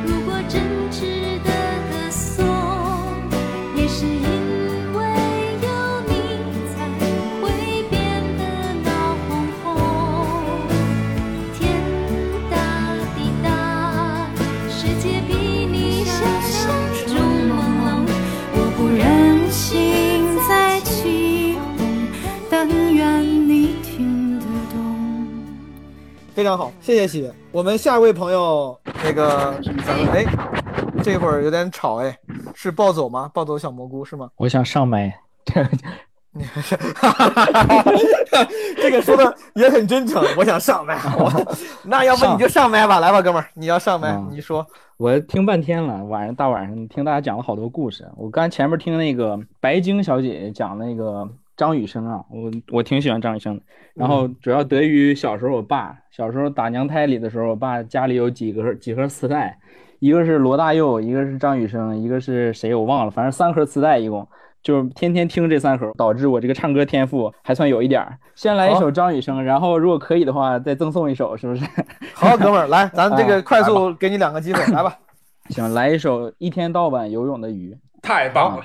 [SPEAKER 3] 如果真值得歌颂，也是因为有你才会变得闹哄哄。天大地大，世界比你想象中朦胧。
[SPEAKER 21] 我不忍心再起哄，但愿你听得懂。
[SPEAKER 6] 非常好，谢谢喜。我们下一位朋友，那个咱们哎，这会儿有点吵哎，是暴走吗？暴走小蘑菇是吗？
[SPEAKER 23] 我想上麦，
[SPEAKER 6] 这个说的也很真诚， 我想上麦，我 那要不你就上麦吧，来吧，哥们儿，你要上麦，你说
[SPEAKER 23] 啊我听半天了，晚上大晚上听大家讲了好多故事。我刚前面听那个白鲸小姐姐讲那个张雨生啊，我我挺喜欢张雨生的。然后主要得益于小时候我爸，小时候打娘胎里的时候，我爸家里有几个几盒磁带，一个是罗大佑，一个是张雨生，一个是谁我忘了，反正三盒磁带一共。就是天天听这三盒，导致我这个唱歌天赋还算有一点儿。先来一首张雨生，然后如果可以的话，再赠送一首，是不是？
[SPEAKER 6] 好，哥们儿，来，咱这个
[SPEAKER 23] 啊
[SPEAKER 6] 快速给你两个机会，来吧。
[SPEAKER 23] 行，来一首一天到晚游泳的鱼。啊
[SPEAKER 7] 太棒了！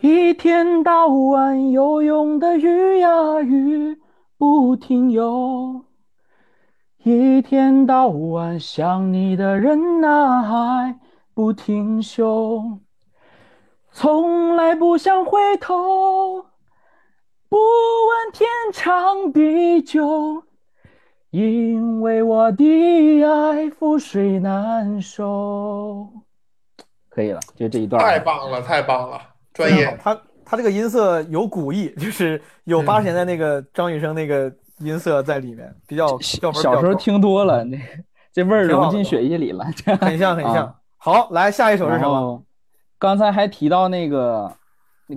[SPEAKER 23] 一天到晚游泳的
[SPEAKER 24] 鱼呀鱼不停游，一天到晚想你的人呐、还不停休，从来不想回头，不问天长地久，因为我的爱覆水难收。
[SPEAKER 23] 可以了，就这一段。
[SPEAKER 7] 太棒了，太棒了， 专业。嗯
[SPEAKER 6] 他他这个音色有古意，就是有八十年代那个张雨生那个音色在里面，比较较
[SPEAKER 23] 小时候听多了，那这味儿
[SPEAKER 6] 挺好
[SPEAKER 23] 融
[SPEAKER 6] 的
[SPEAKER 23] 进血液里了，
[SPEAKER 6] 很像很像
[SPEAKER 23] 啊。
[SPEAKER 6] 好，来下一首是什
[SPEAKER 23] 然
[SPEAKER 6] 么？
[SPEAKER 23] 后刚才还提到那个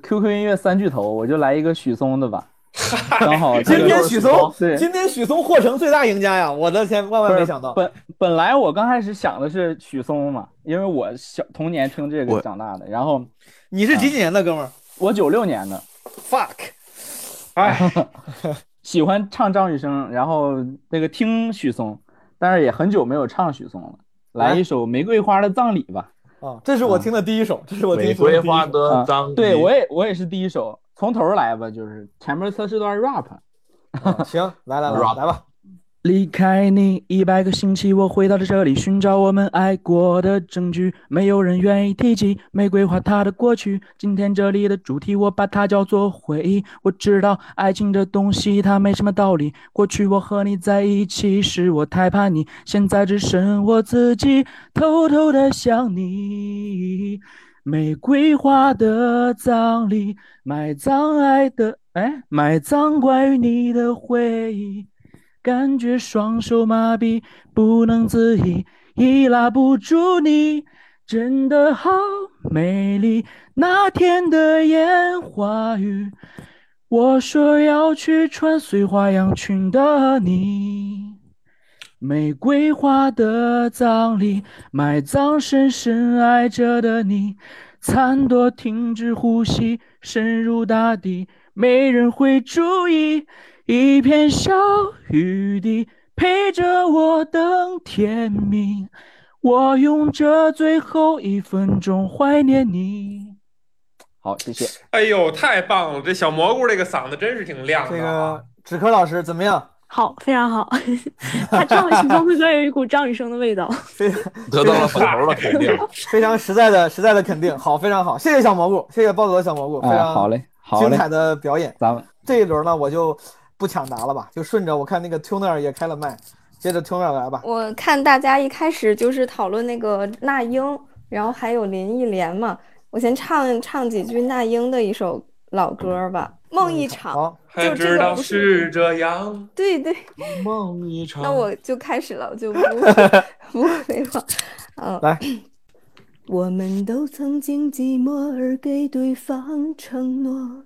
[SPEAKER 23] QQ 音乐三巨头，我就来一个许嵩的 吧，刚好这
[SPEAKER 6] 今
[SPEAKER 23] 个
[SPEAKER 6] 天许嵩，
[SPEAKER 23] 对，
[SPEAKER 6] 今天许嵩获成最大赢家呀！我的天，万万
[SPEAKER 23] 不
[SPEAKER 6] 没
[SPEAKER 23] 是
[SPEAKER 6] 想到。
[SPEAKER 23] 本本来我刚开始想的是许嵩嘛，因为我小童年听这个长大的。然后啊
[SPEAKER 6] 你是几几年的哥们儿？
[SPEAKER 23] 我九六年的。
[SPEAKER 6] Fuck，
[SPEAKER 23] 哎，喜欢唱张雨生，然后那个听许嵩，但是也很久没有唱许嵩了。来一首《玫瑰花的葬礼》吧。
[SPEAKER 6] 啊，这是我听的第一首，这是我听
[SPEAKER 23] 玫
[SPEAKER 6] 许嵩的
[SPEAKER 23] 瑰
[SPEAKER 6] 第一首。
[SPEAKER 23] 嗯啊对我也我也是第一首，从头来吧，就是前面它是段 rap，
[SPEAKER 6] 啊行，来来来
[SPEAKER 23] Rap
[SPEAKER 6] 来吧，
[SPEAKER 24] 离开你一百个星期，我回到了这里，寻找我们爱过的证据。没有人愿意提及玫瑰花它的过去。今天这里的主题，我把它叫做回忆。我知道爱情这东西它没什么道理。过去我和你在一起时，我太叛逆，现在只剩我自己，偷偷的想你。玫瑰花的葬礼，埋葬爱的，哎，埋葬关于你的回忆。感觉双手麻痹，不能自已，已拉不住你，真的好美丽。那天的烟花雨，我说要去穿碎花洋裙的你。玫瑰花的葬礼，埋葬深深爱着的你。残朵停止呼吸，深入大地，没人会注意。一片小雨滴，陪着我等天明。我用这最后一分钟怀念你。
[SPEAKER 23] 好，谢谢。
[SPEAKER 7] 哎呦，太棒了！这小蘑菇这个嗓子真是挺亮
[SPEAKER 6] 这
[SPEAKER 7] 的啊
[SPEAKER 6] 个纸科老师怎么样？
[SPEAKER 16] 好，非常好。 他张宇张辉哥有一股张雨生的味道。
[SPEAKER 6] 得到了粉头的肯定， 非常实在的实在的肯定，好，非常好，谢谢小蘑菇，谢谢暴走的小蘑菇，非
[SPEAKER 23] 哎，
[SPEAKER 6] 常
[SPEAKER 23] 好嘞，好嘞，
[SPEAKER 6] 精彩的表演。
[SPEAKER 23] 咱们
[SPEAKER 6] 这一轮呢，我就不抢答了吧，就顺着我看那个 Tuner 也开了麦，接着 Tuner 来吧。
[SPEAKER 25] 我看大家一开始就是讨论那个那英，然后还有林忆莲嘛，我先唱唱几句那英的一首老歌吧，《梦一场》。
[SPEAKER 7] 还知道是这样。
[SPEAKER 25] 对对，
[SPEAKER 4] 梦一场
[SPEAKER 25] 那我就开始了，我就不不废话，嗯，
[SPEAKER 6] 来，
[SPEAKER 26] 呃 我们都曾经寂寞而给对方承诺，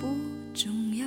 [SPEAKER 3] 不重要。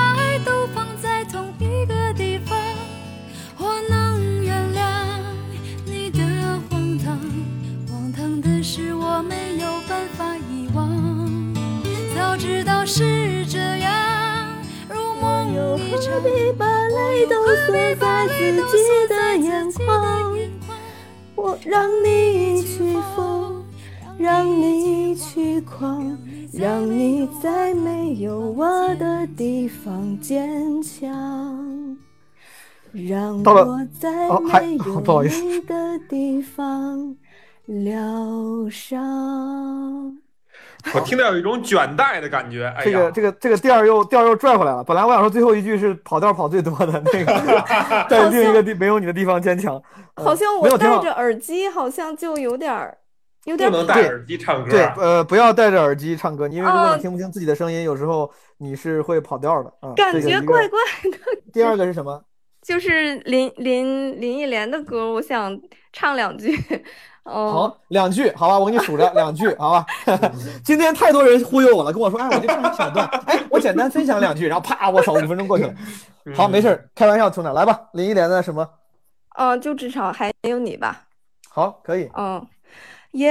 [SPEAKER 3] 爱都放在同一个地方。我能原谅你的荒唐，荒唐的是我没有办法遗忘。早知道是这样，如梦一场，何必把
[SPEAKER 26] 泪都锁在自己的眼眶。我让你去疯，让你去狂，让你在没有我的地方坚强，让
[SPEAKER 6] 到了
[SPEAKER 26] 我在
[SPEAKER 6] 哦还
[SPEAKER 26] 没有
[SPEAKER 6] 不好意思
[SPEAKER 26] 你的地方疗伤。
[SPEAKER 7] 我听到有一种卷带的感觉。哎
[SPEAKER 6] 这
[SPEAKER 7] 呀
[SPEAKER 6] 个，这个这个调儿又调儿又拽回来了。本来我想说最后一句是跑调跑最多的那个，在另一个地没有你的地方坚强。呃
[SPEAKER 25] 好像
[SPEAKER 6] 没
[SPEAKER 25] 我
[SPEAKER 6] 有挺
[SPEAKER 25] 戴
[SPEAKER 6] 好
[SPEAKER 25] 着耳机，好像就有点儿，有
[SPEAKER 7] 不
[SPEAKER 25] 点
[SPEAKER 7] 能
[SPEAKER 25] 儿
[SPEAKER 7] 戴耳机唱歌
[SPEAKER 6] 对
[SPEAKER 7] 啊，，
[SPEAKER 6] 呃，不要戴着耳机唱歌，因为如果
[SPEAKER 25] 哦
[SPEAKER 6] 你听不清自己的声音，有时候你是会跑调的啊。
[SPEAKER 25] 感
[SPEAKER 6] 这个
[SPEAKER 25] 觉
[SPEAKER 6] 一个
[SPEAKER 25] 怪怪的。
[SPEAKER 6] 第二个是什么？
[SPEAKER 25] 就是林林林忆莲的歌，我想唱两句。 哦，
[SPEAKER 6] 好，两句，好吧，我给你数 着两句，好吧。 今天太多人忽悠我了，跟我说，哎，我就唱一小段，哎，我简单分享两句，然后啪，我操，五分钟过去了。好，没事儿，开玩笑，从哪来吧？林忆莲的什么？
[SPEAKER 25] 嗯，就至少还有你吧。
[SPEAKER 6] 好，可以。
[SPEAKER 25] 嗯，
[SPEAKER 26] 也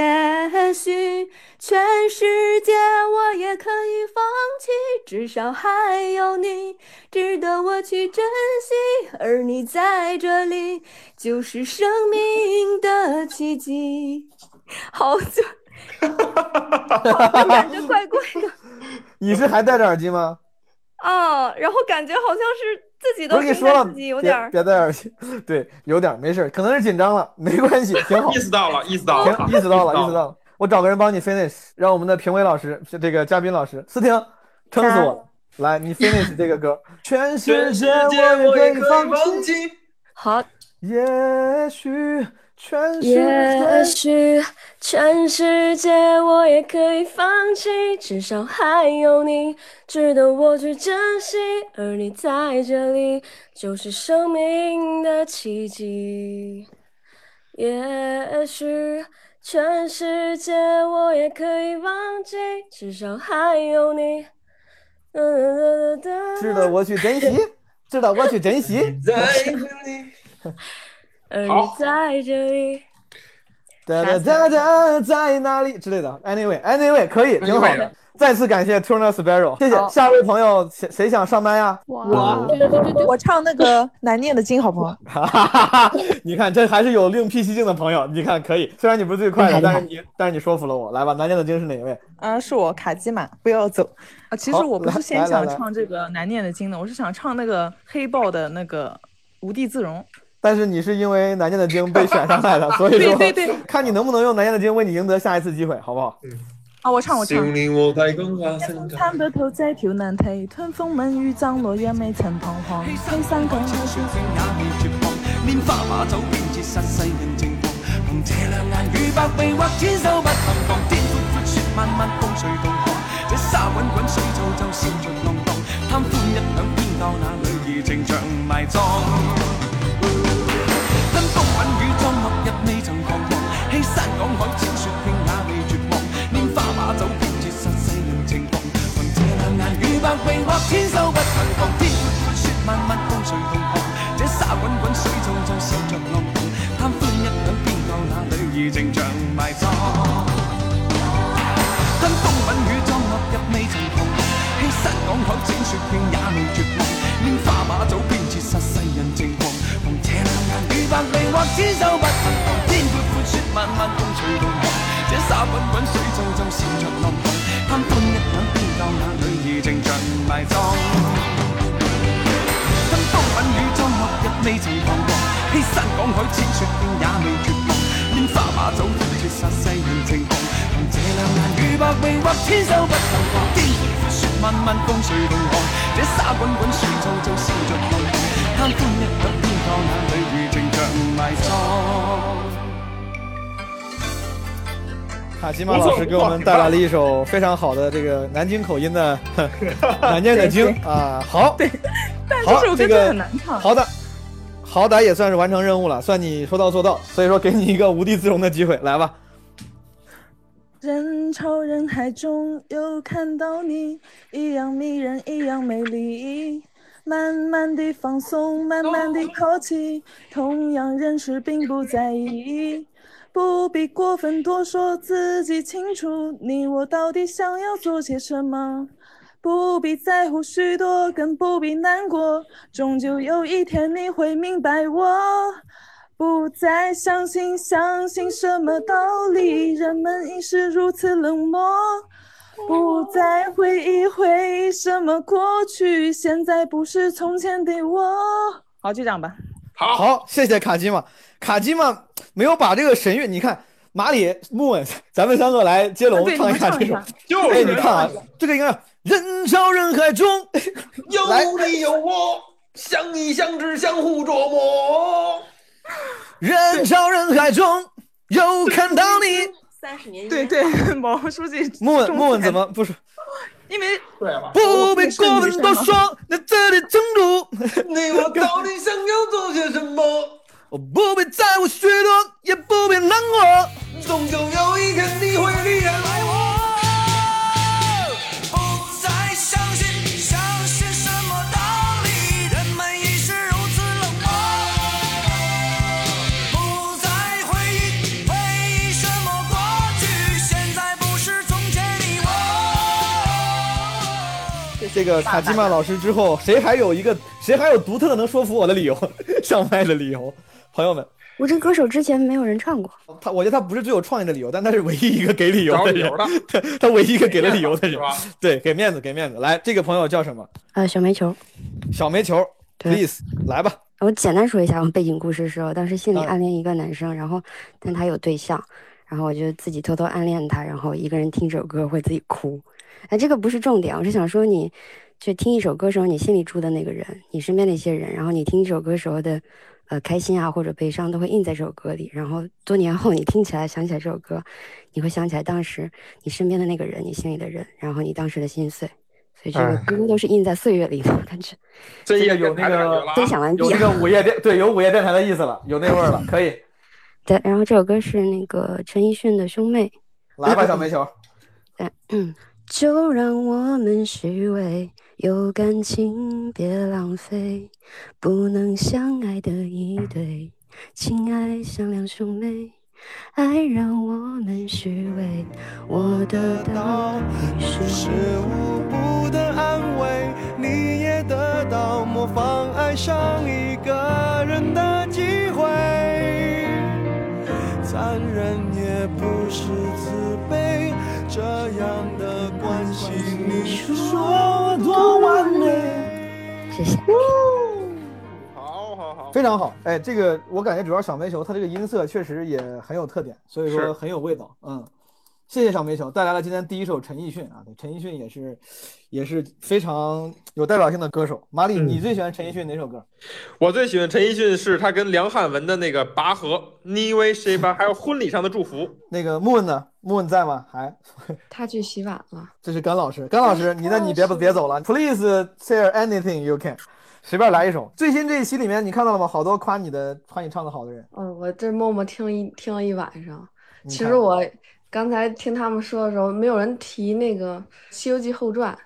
[SPEAKER 26] 许全世界我也可以放弃，至少还有你值得我去珍惜，而你在这里就是生命的奇迹。
[SPEAKER 25] 好久，感觉怪怪的。
[SPEAKER 6] 你是还戴着耳机吗？
[SPEAKER 25] 嗯，然后感觉好像是自己
[SPEAKER 6] 不
[SPEAKER 25] 都
[SPEAKER 6] 是跟你
[SPEAKER 25] 听
[SPEAKER 6] 说了
[SPEAKER 25] 着自己有
[SPEAKER 6] 别
[SPEAKER 25] 点儿。
[SPEAKER 6] 别戴耳机，对，有点儿没事儿，可能是紧张了，没关系，挺好。
[SPEAKER 7] 意识到了，意识到了
[SPEAKER 6] 行，，意识到了，意识
[SPEAKER 7] 了。
[SPEAKER 6] 到了。我找个人帮你 finish，让我们的评委老师，这个嘉宾老师思婷，撑死我了，来，你 finish 这个 歌。全世界我也可以放弃。
[SPEAKER 26] 好，
[SPEAKER 6] 也许全世
[SPEAKER 26] 也
[SPEAKER 6] 界
[SPEAKER 26] 许全世界我也可以放弃，至少还有你值得我去珍惜，而你在这里就是生命的奇迹。也许全世界我也可以忘记，至少还有你。
[SPEAKER 6] 值得我去珍惜。知道我去珍惜。
[SPEAKER 26] 而
[SPEAKER 6] 好
[SPEAKER 26] 你在这里，
[SPEAKER 6] 哒哒哒哒，在哪里之类的。Anyway，Anyway，可以，挺好的。再次感谢 Turner Sparrow，谢谢。
[SPEAKER 8] 好
[SPEAKER 6] 下一位朋友，谁谁想上麦啊呀？
[SPEAKER 8] 我我唱那个难念的经好不好？
[SPEAKER 6] 哈哈哈哈！你看，这还是有另辟蹊径的朋友。你看，可以，虽然你不是最快的，但是你但是你说服了我。来吧，难念的经是哪一位？
[SPEAKER 8] 嗯啊，是我卡基玛，不要走啊！其实
[SPEAKER 6] 好
[SPEAKER 8] 我不
[SPEAKER 6] 来
[SPEAKER 8] 是先
[SPEAKER 6] 来
[SPEAKER 8] 想
[SPEAKER 6] 来来
[SPEAKER 8] 唱这个难念的经的，我是想唱那个黑豹的那个无地自容。
[SPEAKER 6] 但是你是因为难念的经被选上来 的，所以说
[SPEAKER 8] 对对对
[SPEAKER 6] 看你能不能用难念的经为你赢得下一次机会，好不好？
[SPEAKER 8] 啊，我唱我唱。
[SPEAKER 7] 心灵我提供啊，生长
[SPEAKER 8] 探不透这條難題，吞風吻雨爭落，讓未曾彷徨。推山講
[SPEAKER 1] 拈花把酒，偏折煞世人情狂。憑這兩眼與百臂或千手不能防。天寬闊雪漫漫，風水動盪。這沙滾滾，水皱皱，笑着浪蕩。貪歡一兩，偏教那女兒情長埋葬。登風吻雨中，落日未曾彷徨。欺山趕海，千雪拼也未絕望。拈花把酒，偏折煞世人情狂。憑這兩眼與百臂或千手不能防。天寬闊雪漫漫，風水動盪。這沙滾滾水皱皱，笑着浪蕩，貪歡一兩，偏教那女兒情像埋葬。跟風吻雨中落入未曾彷徨，欺山趕海，整雪片也未絕望。拈花把酒，偏折煞世人情狂。憑這兩眼與百臂或千手不能防。天闊闊雪漫漫，風吹動盪。這沙滾滾水皱皱，笑着浪蕩，貪歡一兩，偏教那女兒情像埋葬。登風吻雨中落日未曾彷徨，欺山趕海千雪遍也未絕望。拈花把酒斷絕殺世人情狂，憑這兩眼與百臂或千手不能防。天闊闊雪漫漫風水動盪，這沙滾滾水皱皱笑着浪蕩，貪歡一晌偏教那女兒情像埋葬。
[SPEAKER 6] 卡奇玛老师给我们带来了一首非常好的这个南京口音 的呵难念的经啊，好，
[SPEAKER 8] 但
[SPEAKER 6] 好
[SPEAKER 8] 这首歌
[SPEAKER 6] 这
[SPEAKER 8] 真
[SPEAKER 6] 个
[SPEAKER 8] 的很难唱。
[SPEAKER 6] 好的，好歹也算是完成任务了，算你说到做到，所以说给你一个无地自容的机会，来吧。
[SPEAKER 8] 人潮人海中又看到你，一样迷人，一样美丽。慢慢地放松，慢慢地抛弃，同样认识，并不在意。不必过分多说，自己清楚你我到底想要做些什么。不必在乎许多，更不必难过，终究有一天你会明白我。不再相信相信什么道理，人们已是如此冷漠。不再回忆回忆什么过去，现在不是从前的我。好，就这样吧。
[SPEAKER 6] 好，谢谢卡基玛。卡基玛没有把这个神韵，你看马里木稳，咱们三个来接龙
[SPEAKER 8] 对
[SPEAKER 6] 唱一下这
[SPEAKER 8] 你们唱一
[SPEAKER 6] 首
[SPEAKER 8] 下。
[SPEAKER 6] 就是哎，你看啊，这个应该人潮人海 中，
[SPEAKER 7] 有你有我，相依相知，相互琢磨。
[SPEAKER 6] 人潮人海中又看到你。
[SPEAKER 26] 三十年
[SPEAKER 8] 对对，毛书记中
[SPEAKER 6] 木稳木稳
[SPEAKER 8] 间
[SPEAKER 6] 怎么不说？
[SPEAKER 8] 因为
[SPEAKER 6] 啊不必过分多说，那这里正路。
[SPEAKER 7] 你我到底想要做些什么？
[SPEAKER 6] 我不必在乎许多，也不必难过。
[SPEAKER 7] 终究有一天你会离开我。
[SPEAKER 1] 不再相信相信什么道理，人们已是如此冷漠。不再回忆回忆什么过去，现在不是从前的我。
[SPEAKER 6] 这个卡基玛老师之后，谁还有一个谁还有独特的能说服我的理由， 上麦的理由？朋友们，
[SPEAKER 26] 我这歌手之前没有人唱过。
[SPEAKER 6] 哦他我觉得他不是最有创意的理由，但他是唯一一个给理由的人
[SPEAKER 7] 找理，
[SPEAKER 6] 他 他唯一一个给了理由的人，对，给面子给面子。来，这个朋友叫什么？
[SPEAKER 26] 呃，小煤球，
[SPEAKER 6] 小煤球
[SPEAKER 26] 对
[SPEAKER 6] ，please 来吧。
[SPEAKER 26] 我简单说一下我们背景故事是，我当时心里暗恋一个男生，然后但他有对象，然后我就自己偷偷暗恋他，然后一个人听这首歌会自己哭。哎，这个不是重点，我是想说你，就听一首歌时候，你心里住的那个人，你身边的一些人，然后你听一首歌时候的，呃，开心啊或者悲伤都会印在这首歌里，然后多年后你听起来想起来这首歌，你会想起来当时你身边的那个人，你心里的人，然后你当时的心碎，所以这个
[SPEAKER 6] 哎
[SPEAKER 26] 歌都是印在岁月里的感觉。
[SPEAKER 6] 这也有啊那个
[SPEAKER 26] 分享完毕啊
[SPEAKER 6] 有那个午夜电对有午夜电台的意思了，有那味儿了，可以
[SPEAKER 26] 对，然后这首歌是那个陈奕迅的《兄妹》。
[SPEAKER 6] 来吧，小煤球。
[SPEAKER 26] 对，嗯，
[SPEAKER 27] 就让我们虚伪，有感情别浪费，不能相爱的一对，情爱像两兄妹，爱让我们虚伪，我的道理是
[SPEAKER 1] 无不的安慰，你也得到模仿爱上一个人的机会。残忍也不是慈悲，这样的关系，你说我多完美？
[SPEAKER 27] 谢谢。
[SPEAKER 6] 非常好，哎，这个我感觉主要小煤球它这个音色确实也很有特点，所以
[SPEAKER 7] 是
[SPEAKER 6] 说很有味道。嗯，谢谢小煤球带来了今天第一首陈奕迅啊，对，陈奕迅也是也是非常有代表性的歌手。马里，你最喜欢陈奕迅哪首歌？
[SPEAKER 7] 我最喜欢陈奕迅是他跟梁汉文的那个《拔河》，Ni w s h i b a 还有婚礼上的祝 福。
[SPEAKER 6] 那个 Moon 呢？Moon 在吗？还？
[SPEAKER 28] 他去洗碗了。
[SPEAKER 6] 这是甘老师，甘老师，你那你别别走了，Please say anything you can，随便来一首。最新这一期里面你看到了吗？好多夸你的夸你唱的好的人，
[SPEAKER 28] 嗯，我这默默听一听了一晚上。
[SPEAKER 6] 你
[SPEAKER 28] 其
[SPEAKER 6] 看
[SPEAKER 28] 实我刚才听他们说的时候，没有人提那个《西游记后传》，
[SPEAKER 6] 《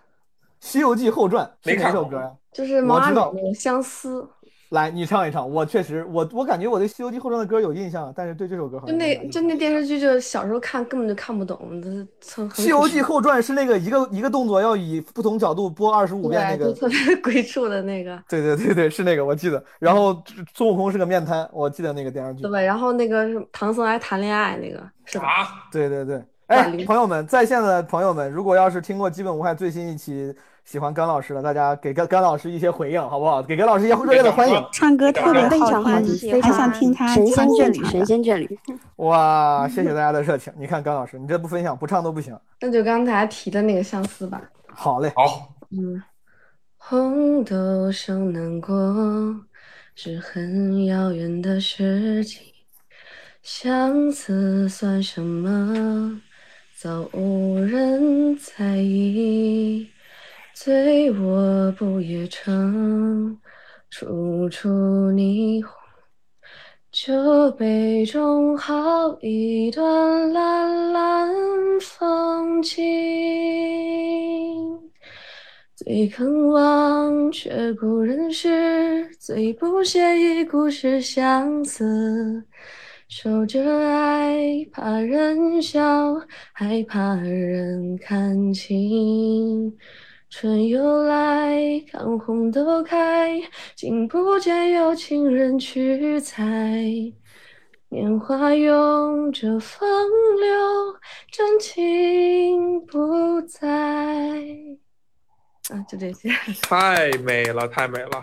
[SPEAKER 6] 西游记后传》是
[SPEAKER 28] 没
[SPEAKER 6] 哪
[SPEAKER 28] 看
[SPEAKER 6] 首
[SPEAKER 28] 过
[SPEAKER 6] 歌呀？
[SPEAKER 28] 就是毛阿
[SPEAKER 6] 我知
[SPEAKER 28] 敏
[SPEAKER 6] 道
[SPEAKER 28] 那个相思，
[SPEAKER 6] 来，你唱一唱。我确实，我我感觉我对《西游记后传》的歌有印象，但是对这首歌好
[SPEAKER 28] 就
[SPEAKER 6] 像没
[SPEAKER 28] 那就那电视剧，就小时候看根本就看不懂，这是很
[SPEAKER 6] 《
[SPEAKER 28] 很
[SPEAKER 6] 西游
[SPEAKER 28] 可
[SPEAKER 6] 记后传》是那个一个一个动作要以不同角度播二十五遍那
[SPEAKER 28] 对，
[SPEAKER 6] 个。
[SPEAKER 28] 就特别 鬼畜的那个，
[SPEAKER 6] 对对对对，是那个，我记得。然后孙悟空是个面瘫，我记得那个电视剧
[SPEAKER 28] 对。吧？然后那个是唐僧还谈恋爱那个，是吧？
[SPEAKER 6] 对对对，哎，朋友们，在线的朋友们，如果要是听过《基本无害》最新一期，喜欢甘老师的，大家给甘甘老师一些回应，好不好？给甘老师一些热烈的欢迎。
[SPEAKER 29] 唱歌特别好听，非常
[SPEAKER 6] 神
[SPEAKER 29] 神仙
[SPEAKER 6] 仙眷
[SPEAKER 29] 眷
[SPEAKER 6] 侣
[SPEAKER 29] 侣，
[SPEAKER 6] 神
[SPEAKER 29] 神仙眷侣。
[SPEAKER 6] 哇，谢谢大家的热情。你看甘老师，你这不分享不唱都不行。
[SPEAKER 28] 那就刚才提的那个相思吧。
[SPEAKER 6] 好嘞，好，
[SPEAKER 28] 嗯，红豆生南国，是很遥远的事情。相思算什么？早无人在意。醉卧不夜城，处处霓虹。酒杯中好一段蓝蓝风景，最肯忘却故人时，最不屑一顾是相思。守着爱，怕人笑，还怕人看清。春又来，看红豆开，竟不见有情人去采。年华拥着风流，真情不在。啊，就这些。
[SPEAKER 7] 太美了，太美了！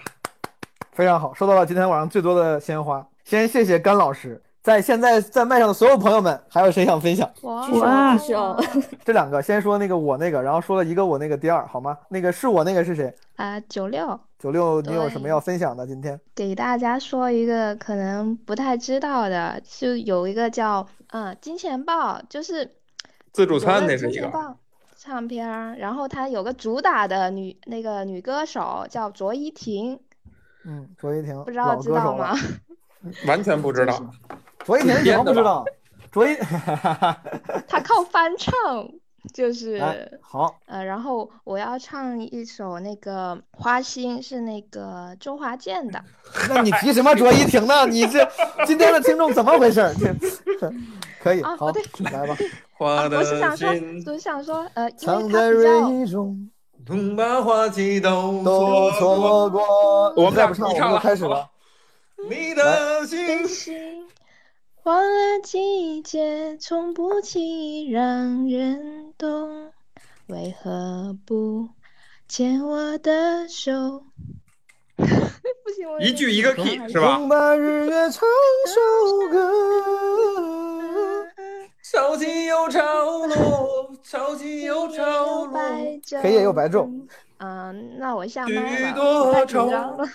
[SPEAKER 6] 非常好，收到了今天晚上最多的鲜花。先谢谢甘老师，在现在在麦上的所有朋友们，还有谁想分享？
[SPEAKER 14] 哇，举手举手
[SPEAKER 6] 这两个，先说那个我那个，然后说了一个我那个第二，好吗？那个是我那个是谁？
[SPEAKER 30] 啊，九六，
[SPEAKER 6] 九六，你有什么要分享的？今天
[SPEAKER 30] 给大家说一个可能不太知道的，就有一个叫呃金钱豹，就是
[SPEAKER 7] 自助餐
[SPEAKER 30] 有
[SPEAKER 7] 那是
[SPEAKER 30] 金
[SPEAKER 7] 一
[SPEAKER 30] 钱
[SPEAKER 7] 个，啊
[SPEAKER 30] 豹唱片儿，然后它有个主打的女那个女歌手叫卓依婷，
[SPEAKER 6] 嗯，卓依婷，
[SPEAKER 30] 不知道
[SPEAKER 6] 老
[SPEAKER 30] 知
[SPEAKER 6] 歌
[SPEAKER 30] 道
[SPEAKER 6] 手了嗯
[SPEAKER 30] 吗？
[SPEAKER 7] 完全不知道。
[SPEAKER 6] 卓依婷是什么不知道？卓依，
[SPEAKER 30] 她靠翻唱，就是、
[SPEAKER 6] 哎，好，
[SPEAKER 30] 呃，然后我要唱一首那个《花心》，是那个周华健的。
[SPEAKER 6] 那你提什么卓依婷呢？你这今天的听众怎么回事儿？这 可以，
[SPEAKER 30] 啊
[SPEAKER 6] 好，来吧。
[SPEAKER 31] 啊
[SPEAKER 7] 花
[SPEAKER 30] 我是想说，
[SPEAKER 7] 心
[SPEAKER 30] 我是想说，呃，因为
[SPEAKER 6] 藏
[SPEAKER 30] 他
[SPEAKER 6] 在
[SPEAKER 30] 比较。
[SPEAKER 6] 蕊中，
[SPEAKER 7] 同把花期都
[SPEAKER 6] 都错过。
[SPEAKER 7] 我
[SPEAKER 6] 你
[SPEAKER 7] 们
[SPEAKER 6] 再
[SPEAKER 7] 俩
[SPEAKER 6] 不唱，
[SPEAKER 7] 你
[SPEAKER 6] 我
[SPEAKER 7] 唱
[SPEAKER 6] 们就
[SPEAKER 7] 了
[SPEAKER 6] 开始了。
[SPEAKER 7] 你的
[SPEAKER 30] 真心换了季节，从不期让人懂，为何不牵我的手？不行，我有
[SPEAKER 7] 一句一个 key 是吧
[SPEAKER 6] 同？把日月唱首歌，
[SPEAKER 7] 潮起又潮落，潮起又潮落，
[SPEAKER 6] 黑夜又白昼，
[SPEAKER 30] 嗯，那我下麦了，
[SPEAKER 7] 多
[SPEAKER 30] 我太紧
[SPEAKER 7] 愁
[SPEAKER 30] 张了。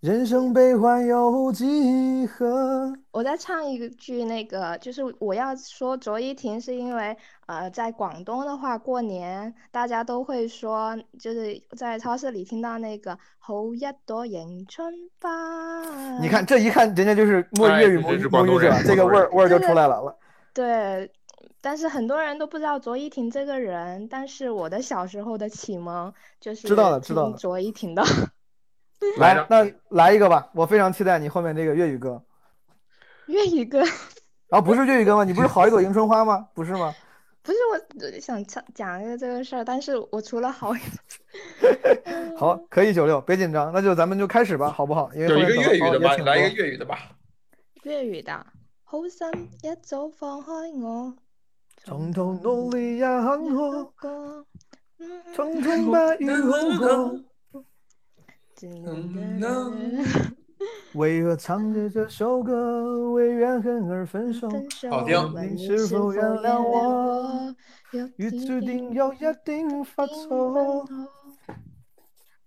[SPEAKER 6] 人生悲欢有几何？
[SPEAKER 30] 我再唱一句，那个就是我要说卓依婷，是因为呃，在广东的话，过年大家都会说，就是在超市里听到那个“好一朵迎春花”，
[SPEAKER 6] 你看这一看，人家就是摸
[SPEAKER 7] 哎
[SPEAKER 6] 粤语
[SPEAKER 7] 这
[SPEAKER 6] 母
[SPEAKER 7] 真是
[SPEAKER 6] 母
[SPEAKER 7] 广
[SPEAKER 6] 语
[SPEAKER 7] 东
[SPEAKER 6] 者
[SPEAKER 7] 人，
[SPEAKER 6] 这个
[SPEAKER 7] 广
[SPEAKER 6] 味
[SPEAKER 7] 东
[SPEAKER 6] 儿
[SPEAKER 7] 人
[SPEAKER 6] 味儿就
[SPEAKER 30] 真
[SPEAKER 6] 出
[SPEAKER 30] 的
[SPEAKER 6] 来了。
[SPEAKER 30] 对，但是很多人都不知道卓依婷这个人，但是我的小时候的启蒙就是
[SPEAKER 6] 知道了知道
[SPEAKER 30] 听
[SPEAKER 6] 了
[SPEAKER 30] 卓依婷的。
[SPEAKER 6] 来，那来一个吧，我非常期待你后面这个粤语歌。
[SPEAKER 30] 粤语歌，
[SPEAKER 6] 啊，不是粤语歌吗？你不是好一朵迎春花吗？不是吗？
[SPEAKER 30] 不是我想讲讲一个这个事儿，但是我除了好友，
[SPEAKER 6] 好，可以九六，别紧张，那就咱们就开始吧，好不好？因为
[SPEAKER 7] 有一个
[SPEAKER 6] 后面等哦
[SPEAKER 7] 粤语的吧，
[SPEAKER 6] 也挺多
[SPEAKER 7] 来一个粤语的吧。
[SPEAKER 30] 粤语的，好心一早放开我，
[SPEAKER 6] 從頭努力也很好，匆匆不要路過。
[SPEAKER 7] 嗯
[SPEAKER 6] 为何唱着这首歌，为怨恨而分手？
[SPEAKER 30] 好听
[SPEAKER 6] 你是否原谅我？雨注定有一定發錯，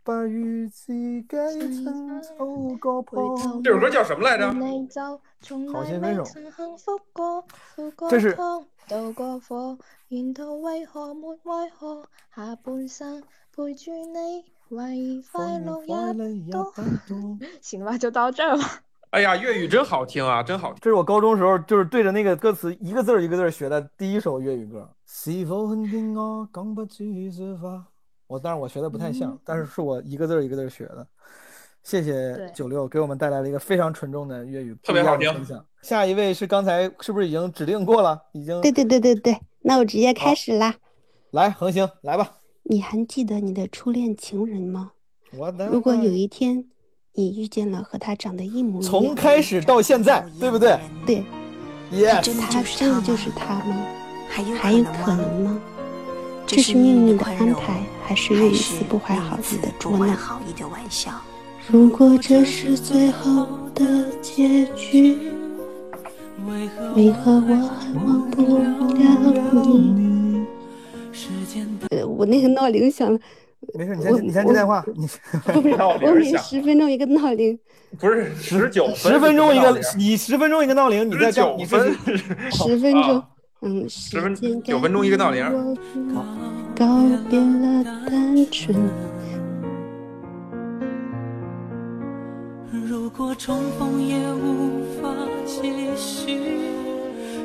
[SPEAKER 6] 不如自己曾做個破。
[SPEAKER 7] 这首歌叫什么来着？
[SPEAKER 30] 你就從
[SPEAKER 6] 好
[SPEAKER 30] 來
[SPEAKER 6] 心分手
[SPEAKER 30] 未曾幸福過，負過
[SPEAKER 6] 这是
[SPEAKER 30] 湯，渡過火，沿途為何沒為何？下半生陪住你，為快樂也多。 行吧，就到这儿吧。
[SPEAKER 7] 哎呀，粤语真好听啊，真好听。
[SPEAKER 6] 这是我高中时候就是对着那个歌词一个字儿一个字儿学的第一首粤语歌。是否很听我讲不出说话？我当然我学的不太像，
[SPEAKER 5] 嗯
[SPEAKER 6] 但是是我一个字儿一个字儿学的。谢谢
[SPEAKER 5] 对
[SPEAKER 6] 九六给我们带来了一个非常纯正的粤语，
[SPEAKER 7] 特别好
[SPEAKER 6] 不一样的
[SPEAKER 7] 听
[SPEAKER 6] 分享。下一位是刚才是不是已经指定过了？已经
[SPEAKER 31] 对对对对对，那我直接开始啦。
[SPEAKER 6] 来恒星来吧。
[SPEAKER 31] 你还记得你的初恋情人吗？
[SPEAKER 6] 我的
[SPEAKER 31] 如果有一天你遇见了和他长得一模一样，
[SPEAKER 6] 从开始到现在，对不对？
[SPEAKER 31] 对，
[SPEAKER 6] 耶，
[SPEAKER 31] 他真的就是他吗？还有
[SPEAKER 6] 还有
[SPEAKER 31] 可能吗？
[SPEAKER 28] 这
[SPEAKER 31] 这
[SPEAKER 28] 是
[SPEAKER 31] 是
[SPEAKER 28] 命
[SPEAKER 31] 命
[SPEAKER 28] 运
[SPEAKER 31] 运
[SPEAKER 28] 的
[SPEAKER 31] 的
[SPEAKER 28] 宽
[SPEAKER 31] 安
[SPEAKER 28] 容
[SPEAKER 31] 排，还是又一次不怀好意的捉弄？如果这是最后的结局，为何我还忘不了你？呃，我那个闹铃响了，
[SPEAKER 6] 没事，你
[SPEAKER 31] 我
[SPEAKER 6] 先你先接电话，你
[SPEAKER 31] 不是，我每十分钟一个闹铃。
[SPEAKER 7] 不是十九
[SPEAKER 6] 十分钟一个，你十分钟一个闹铃，你再叫你分
[SPEAKER 32] 哦
[SPEAKER 31] 十分钟，
[SPEAKER 32] 啊
[SPEAKER 31] 嗯，十
[SPEAKER 7] 分
[SPEAKER 31] 间
[SPEAKER 7] 九分钟一个闹铃
[SPEAKER 31] 改变我。告别了单纯，
[SPEAKER 2] 如果重逢也无法继续，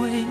[SPEAKER 2] 为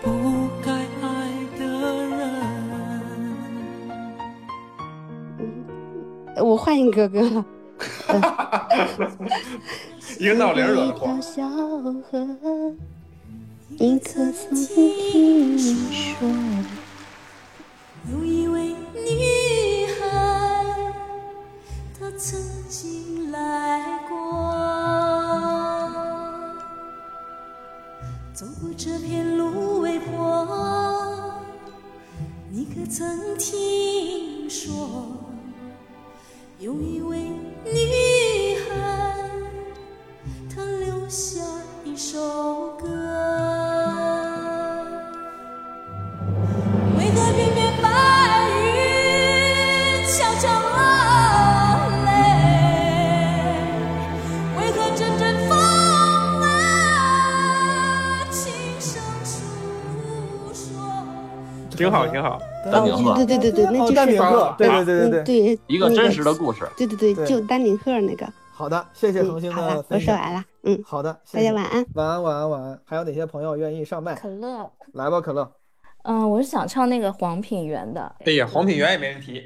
[SPEAKER 2] 不该爱的人？
[SPEAKER 31] 呃我换一个歌了。
[SPEAKER 7] 一个闹铃儿惹的
[SPEAKER 31] 一
[SPEAKER 7] 祸
[SPEAKER 31] 条。小河，你可曾听说？
[SPEAKER 3] 有一位女孩，她曾经来过，走过这片芦苇坡，你可曾听说？有一位女孩，她留下一首歌。为何偏偏白云悄悄落泪？为何阵阵风啊，轻声诉说？
[SPEAKER 7] 挺好，挺好。
[SPEAKER 31] 嗯哦，对对对对对，那就是
[SPEAKER 7] 啊
[SPEAKER 31] 嗯对
[SPEAKER 32] 一个
[SPEAKER 31] 那
[SPEAKER 32] 真实的故事。
[SPEAKER 31] 对对
[SPEAKER 6] 对
[SPEAKER 31] 对，就丹顶鹤那个。
[SPEAKER 6] 好的，谢谢恒星
[SPEAKER 31] 好了
[SPEAKER 6] 的，
[SPEAKER 31] 我
[SPEAKER 6] 分
[SPEAKER 31] 说
[SPEAKER 6] 享。
[SPEAKER 31] 完了。嗯，
[SPEAKER 6] 好的，
[SPEAKER 31] 大家晚安，
[SPEAKER 6] 晚安，晚安，晚安。还有哪些朋友愿意上麦？
[SPEAKER 33] 可乐，
[SPEAKER 6] 来吧，可乐，
[SPEAKER 33] 嗯，我是想唱那个黄品源的，
[SPEAKER 7] 哎呀，黄品源也没人提。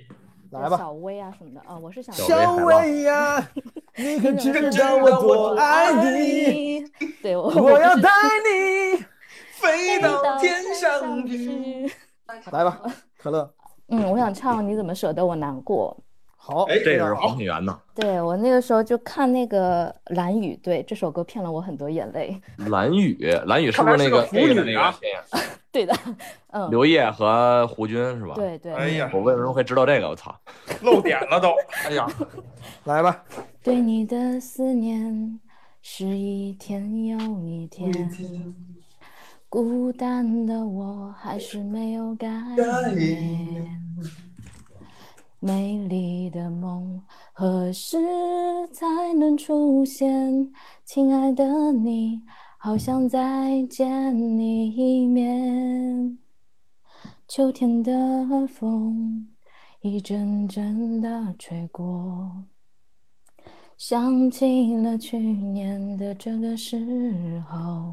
[SPEAKER 6] 来吧
[SPEAKER 33] 小薇啊什么的啊，我是想
[SPEAKER 6] 小薇呀，你可知道我多爱你？，
[SPEAKER 33] 对我
[SPEAKER 6] 我 要带
[SPEAKER 33] 你
[SPEAKER 7] 飞
[SPEAKER 33] 到天上去。
[SPEAKER 6] 来吧，可乐，
[SPEAKER 33] 嗯，我想唱《你怎么舍得我难过》。
[SPEAKER 6] 好，
[SPEAKER 4] 哎这个是黄品源呐，
[SPEAKER 33] 对我那个时候就看那个《蓝雨》，对这首歌骗了我很多眼泪。
[SPEAKER 4] 蓝雨，蓝雨是不是那个
[SPEAKER 33] 看来是个腐
[SPEAKER 4] A 的
[SPEAKER 33] 女
[SPEAKER 4] 那
[SPEAKER 33] 啊
[SPEAKER 4] 个谁呀？
[SPEAKER 33] 对的，嗯，
[SPEAKER 4] 刘烨和胡军是吧？
[SPEAKER 33] 对对哎呀
[SPEAKER 4] 我为什么会知道这个？我操，
[SPEAKER 7] 漏点了都。
[SPEAKER 4] 哎呀，
[SPEAKER 6] 来吧，
[SPEAKER 15] 对你的思念是一天又一天，孤单的我还是没有改变。美丽的梦何时才能出现？亲爱的你，好想再见你一面。秋天的风一阵阵的吹过，想起了去年的这个时候，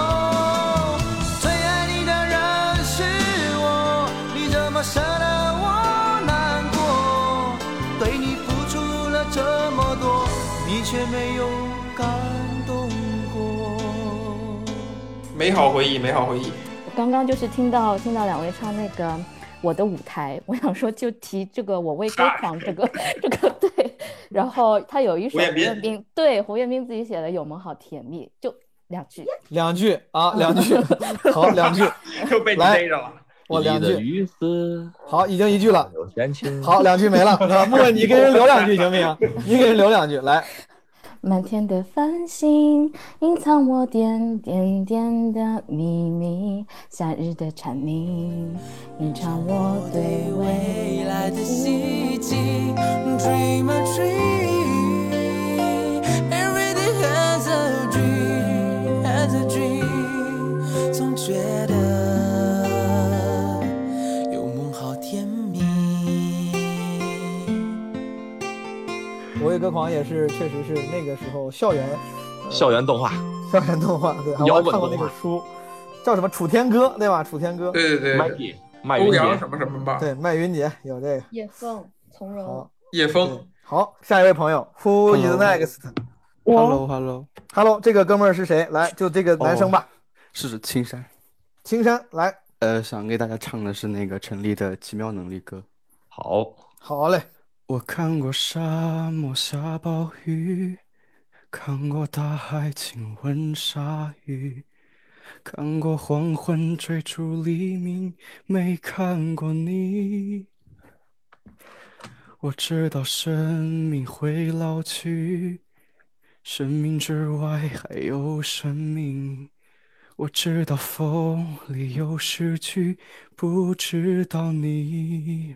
[SPEAKER 1] 最爱你的人是我，你怎么舍得我难过？对你付出了这么多，你却没有感动过。
[SPEAKER 7] 美好回忆，美好回忆。
[SPEAKER 33] 我刚刚就是听到听到两位唱那个《我的舞台》，我想说就提这个我为歌狂这个这个对，然后他有一首
[SPEAKER 6] 胡彦
[SPEAKER 33] 胡彦
[SPEAKER 6] 斌
[SPEAKER 33] 斌对胡彦斌自己写的《有梦好甜蜜》，就两句。
[SPEAKER 6] 两句 啊，两句，好，两句，
[SPEAKER 7] 又被
[SPEAKER 6] 来
[SPEAKER 7] 着了。
[SPEAKER 6] 我两
[SPEAKER 4] 你的
[SPEAKER 6] 句，
[SPEAKER 4] 雨丝
[SPEAKER 6] 好，已经一句了，
[SPEAKER 4] 有闲情。
[SPEAKER 6] 好，两句没 了。啊莫问你给人留两句行不行？你 给人留两句，来，
[SPEAKER 15] 满天的繁星隐藏我点点点的秘密，夏日的蝉鸣吟唱我对未
[SPEAKER 1] 未
[SPEAKER 15] 来
[SPEAKER 1] 来
[SPEAKER 15] 的
[SPEAKER 1] 的
[SPEAKER 15] 希冀。
[SPEAKER 1] 希冀，Dream a dream。Every day has a dream, has a dream。总觉得有梦好甜蜜。
[SPEAKER 6] 《我为歌狂》也是，确实是那个时候校园
[SPEAKER 4] 校园动画，
[SPEAKER 6] 校园动画，对，
[SPEAKER 4] 摇
[SPEAKER 6] 我
[SPEAKER 4] 滚
[SPEAKER 6] 看过那
[SPEAKER 4] 动
[SPEAKER 6] 个
[SPEAKER 4] 画
[SPEAKER 6] 书，叫什么《楚天歌》，对吧？《楚天歌》，
[SPEAKER 7] 对对对，
[SPEAKER 4] 麦
[SPEAKER 7] 对
[SPEAKER 4] 麦
[SPEAKER 7] 欧
[SPEAKER 4] 云
[SPEAKER 7] 阳
[SPEAKER 4] 杰
[SPEAKER 7] 什么什么吧。
[SPEAKER 6] 对，麦云杰有这个。
[SPEAKER 33] 夜凤从容，
[SPEAKER 7] 叶枫，
[SPEAKER 6] 好，下一位朋友，Who is next？
[SPEAKER 10] Hello Hello，
[SPEAKER 6] Hello，这个哥们儿是谁？来，就这个男生
[SPEAKER 10] 哦
[SPEAKER 6] 吧，
[SPEAKER 10] 是青山。
[SPEAKER 6] 青山。来，
[SPEAKER 10] 呃，想给大家唱的是那个陈粒的《奇妙能力歌》。
[SPEAKER 4] 好，
[SPEAKER 6] 好嘞。
[SPEAKER 10] 我看过沙漠下暴雨，看过大海亲吻鲨鱼，看过黄昏追逐黎明，没看过你。我知道生命会老去，生命之外还有生命。我知道风里有诗句，不知道你。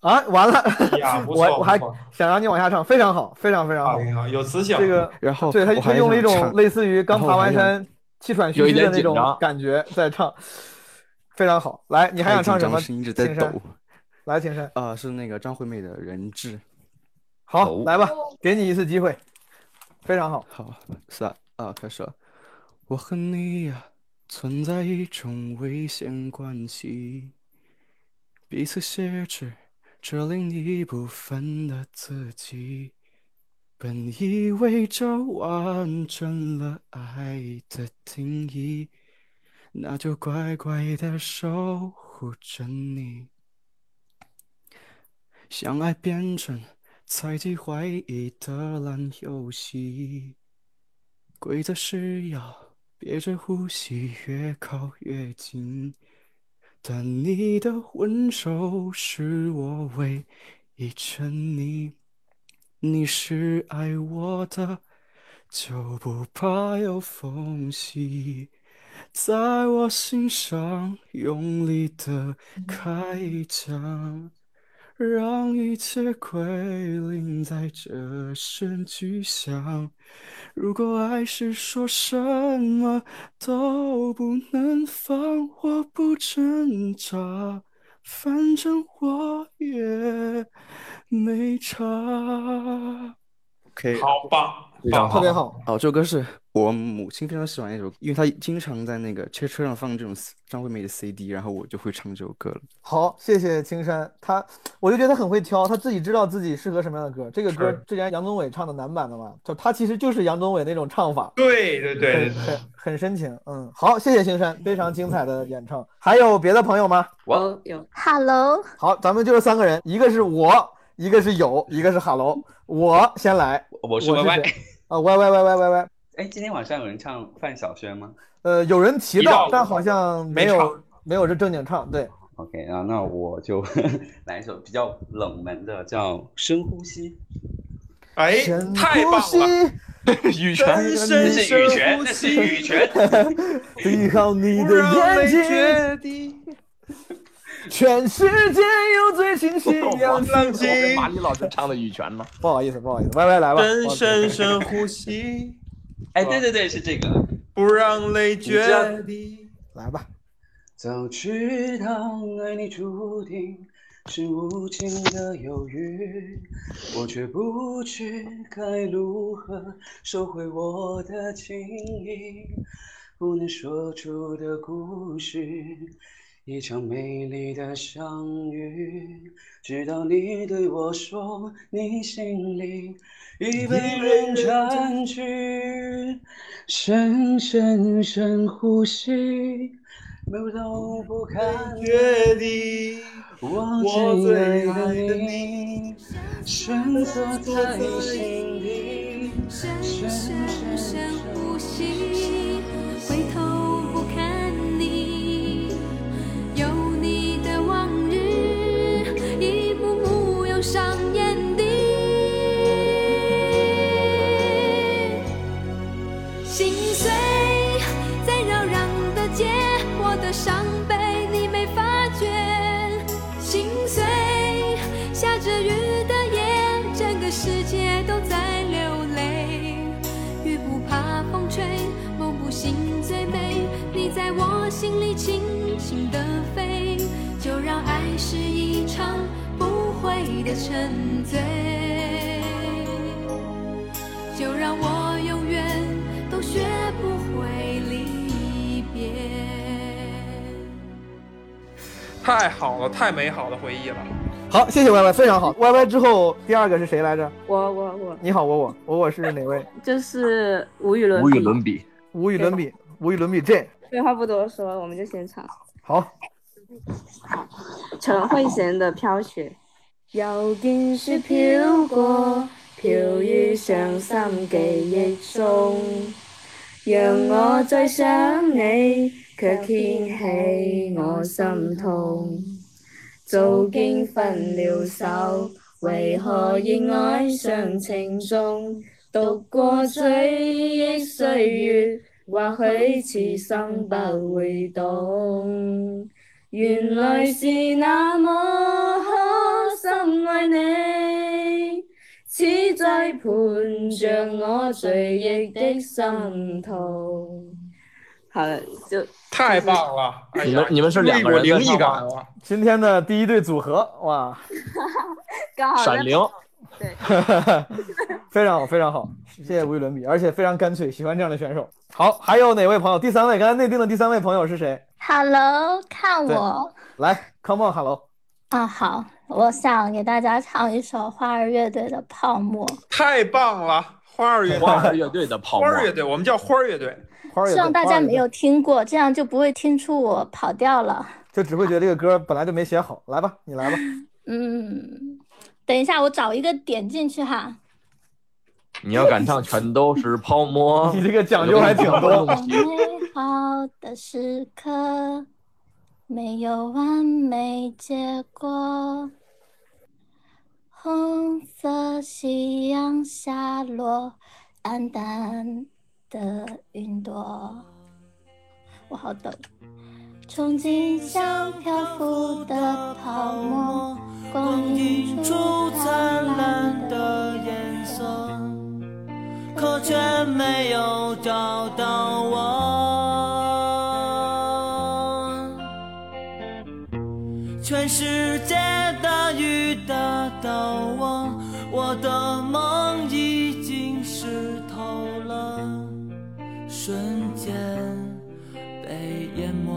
[SPEAKER 6] 啊，完了，
[SPEAKER 10] 呀不错
[SPEAKER 6] 我我还
[SPEAKER 10] 不错哎
[SPEAKER 6] 想让你往下唱，非常好，非常非常好，
[SPEAKER 7] 有磁性
[SPEAKER 6] 这个
[SPEAKER 10] 然后
[SPEAKER 6] 对他
[SPEAKER 10] 我
[SPEAKER 6] 他
[SPEAKER 10] 还
[SPEAKER 6] 用了一
[SPEAKER 10] 想
[SPEAKER 6] 种
[SPEAKER 10] 唱
[SPEAKER 6] 类似于刚
[SPEAKER 10] 然后
[SPEAKER 6] 爬
[SPEAKER 10] 我
[SPEAKER 6] 完
[SPEAKER 10] 还想
[SPEAKER 6] 山气喘吁
[SPEAKER 10] 有一
[SPEAKER 6] 吁的
[SPEAKER 10] 点
[SPEAKER 6] 那
[SPEAKER 10] 紧
[SPEAKER 6] 种
[SPEAKER 10] 张
[SPEAKER 6] 感觉在唱，非常好。来，哎你还想
[SPEAKER 10] 太
[SPEAKER 6] 唱什
[SPEAKER 10] 紧张
[SPEAKER 6] 么？
[SPEAKER 10] 是一直在
[SPEAKER 6] 青山
[SPEAKER 10] 抖。
[SPEAKER 6] 来，青山。
[SPEAKER 10] 啊、是那个张惠妹的《人质》。
[SPEAKER 6] 好，来吧，给你一次机会，非常好。
[SPEAKER 10] 好，三二，开始了。我和你呀、存在一种危险关系，彼此挟制着另一部分的自己，本以为这完整了爱的定义，那就乖乖的守护着你。相爱变成猜忌怀疑的烂游戏，规则是要憋着呼吸，越靠越近。但你的温柔是我唯一沉溺，你是爱我的，就不怕有缝隙，在我心上用力的开一枪，让一切归零在这声巨响。如果爱是说什么都不能放，我不挣扎，反正我也没差。
[SPEAKER 34] OK，
[SPEAKER 7] 好棒，
[SPEAKER 10] 非
[SPEAKER 34] 棒
[SPEAKER 10] 常
[SPEAKER 34] 特别
[SPEAKER 6] 好。
[SPEAKER 10] 哦，这首歌是我母亲非常喜欢的一首歌，因为她经常在那个车车上放这种张惠妹的 CD，然后我就会唱这首歌了。
[SPEAKER 6] 好，谢谢青山，他我就觉得他很会挑，他自己知道自己适合什么样的歌。这个歌
[SPEAKER 7] 是
[SPEAKER 6] 之前杨宗纬唱的男版的嘛，就他其实就是杨宗纬那种唱法，
[SPEAKER 7] 对对 对
[SPEAKER 6] 很很很深情。嗯，好，谢谢青山，非常精彩的演唱。还有别的朋友吗？
[SPEAKER 35] 我
[SPEAKER 6] 有。Hello。好，咱们就是三个人，一个是我，一个是有，一个是 Hello。我先来，
[SPEAKER 1] 我是
[SPEAKER 6] 是
[SPEAKER 1] YY
[SPEAKER 6] 谁啊，Y Y Y Y Y Y。
[SPEAKER 1] 哎，今天晚上有人唱范晓萱吗
[SPEAKER 6] 呃，有人提
[SPEAKER 1] 提到
[SPEAKER 6] 到
[SPEAKER 1] 我，
[SPEAKER 6] 但好像没
[SPEAKER 1] 没
[SPEAKER 6] 有
[SPEAKER 1] 唱
[SPEAKER 6] 没有是正经唱，对。
[SPEAKER 1] ？OK 啊，那我就 来一首比较冷门的，叫《深呼吸》。
[SPEAKER 7] 哎，太棒 了！
[SPEAKER 1] 羽泉那是羽泉，那是羽泉。
[SPEAKER 6] 闭好你的眼睛，
[SPEAKER 34] 睛，
[SPEAKER 6] 全世界有最清晰
[SPEAKER 34] 我
[SPEAKER 6] 的
[SPEAKER 34] 忘
[SPEAKER 6] 自己。
[SPEAKER 34] 记
[SPEAKER 35] 马里老师唱的羽泉了。
[SPEAKER 6] 不好意思，不好意思，Y Y 来吧。
[SPEAKER 7] 深深深呼吸，
[SPEAKER 1] 哎，对对对，是这个。
[SPEAKER 7] 不让泪决堤。
[SPEAKER 6] 来吧。
[SPEAKER 1] 早知道爱你注定是无情的犹豫，我却不知该如何收回我的情意。不能说出的故事，一场美丽的相遇，直到你对我说你心里已被人占据。深深深呼吸，路都不看
[SPEAKER 7] 决堤。
[SPEAKER 1] 我
[SPEAKER 2] 我
[SPEAKER 1] 最
[SPEAKER 2] 最
[SPEAKER 1] 爱的
[SPEAKER 2] 爱的
[SPEAKER 1] 你，深锁在心底，
[SPEAKER 3] 深深深呼吸，回头不看你，有你的往日，一幕幕涌上眼底。心碎在扰攘的街，我的伤悲你没发觉。心碎，下着雨的夜，整个世界都在流泪。雨不怕风吹，梦不醒最美。你在我心里轻轻地飞，就让爱是一场不悔的沉醉。就让我永远都学不会离别。
[SPEAKER 7] 太好了，太美好的回忆了。
[SPEAKER 6] 好，谢谢 Y Y，非常好。Y Y 之后第二个是谁来着？
[SPEAKER 36] 我我我，
[SPEAKER 6] 你好，我我我我是哪位？
[SPEAKER 36] 就是无与伦
[SPEAKER 6] 无与
[SPEAKER 36] 比。
[SPEAKER 6] 伦
[SPEAKER 35] 比，
[SPEAKER 6] 无与伦比，无与伦比 J。
[SPEAKER 16] 废话不多说，我们就先唱
[SPEAKER 6] 好，
[SPEAKER 16] 陈慧娴的《飘雪》。
[SPEAKER 1] 有
[SPEAKER 16] 件事飄過，飄於上心記憶中，讓我再想你，卻掀起我心痛。早經分了手，為何仍愛上情中？讀過追憶歲月，或許此生不會懂。原來是那麼可深愛你，此在盤着我追憶的心痛。好了，就
[SPEAKER 7] 太棒了！哎呀
[SPEAKER 35] 你们你们是两个人
[SPEAKER 7] 有一股灵
[SPEAKER 35] 在唱
[SPEAKER 7] 异感
[SPEAKER 35] 吗
[SPEAKER 7] 哇！
[SPEAKER 6] 今天的第一对组合，哇，
[SPEAKER 16] 刚好
[SPEAKER 35] 闪灵，
[SPEAKER 6] 非常好，非常好，谢谢无与伦比，而且非常干脆，喜欢这样的选手。好，还有哪位朋友？第三位，刚才内定的第三位朋友是谁？
[SPEAKER 17] Hello，看
[SPEAKER 6] 对
[SPEAKER 17] 我
[SPEAKER 6] 来，Come on，Hello，
[SPEAKER 17] 啊，好，我想给大家唱一首花儿乐队的《泡沫》。
[SPEAKER 7] 太棒了！花儿乐队，
[SPEAKER 35] 花儿乐队的泡沫
[SPEAKER 7] 花儿乐队，我们叫花儿乐队。
[SPEAKER 6] 花
[SPEAKER 17] 希望大家没有听过，这样就不会听出我跑调了。
[SPEAKER 6] 就只会觉得这个歌本来就没写好，来吧，你来吧。
[SPEAKER 17] 嗯，等一下，我找一个点进去哈。
[SPEAKER 35] 你要敢唱，全都是泡沫。
[SPEAKER 6] 你这个讲究还挺多
[SPEAKER 17] 美好的时刻没有完美结果。红色夕阳下落，
[SPEAKER 3] 淡淡的云朵。我好抖。憧憬像漂浮的泡沫，光
[SPEAKER 2] 映
[SPEAKER 3] 映
[SPEAKER 2] 出
[SPEAKER 3] 出
[SPEAKER 2] 灿
[SPEAKER 3] 灿
[SPEAKER 2] 烂
[SPEAKER 3] 烂
[SPEAKER 2] 的
[SPEAKER 3] 的
[SPEAKER 2] 颜
[SPEAKER 3] 颜
[SPEAKER 2] 色
[SPEAKER 3] 色。，
[SPEAKER 2] 可却没有找到我。全世界的雨打到我，我的梦已经湿透了，瞬间被淹没。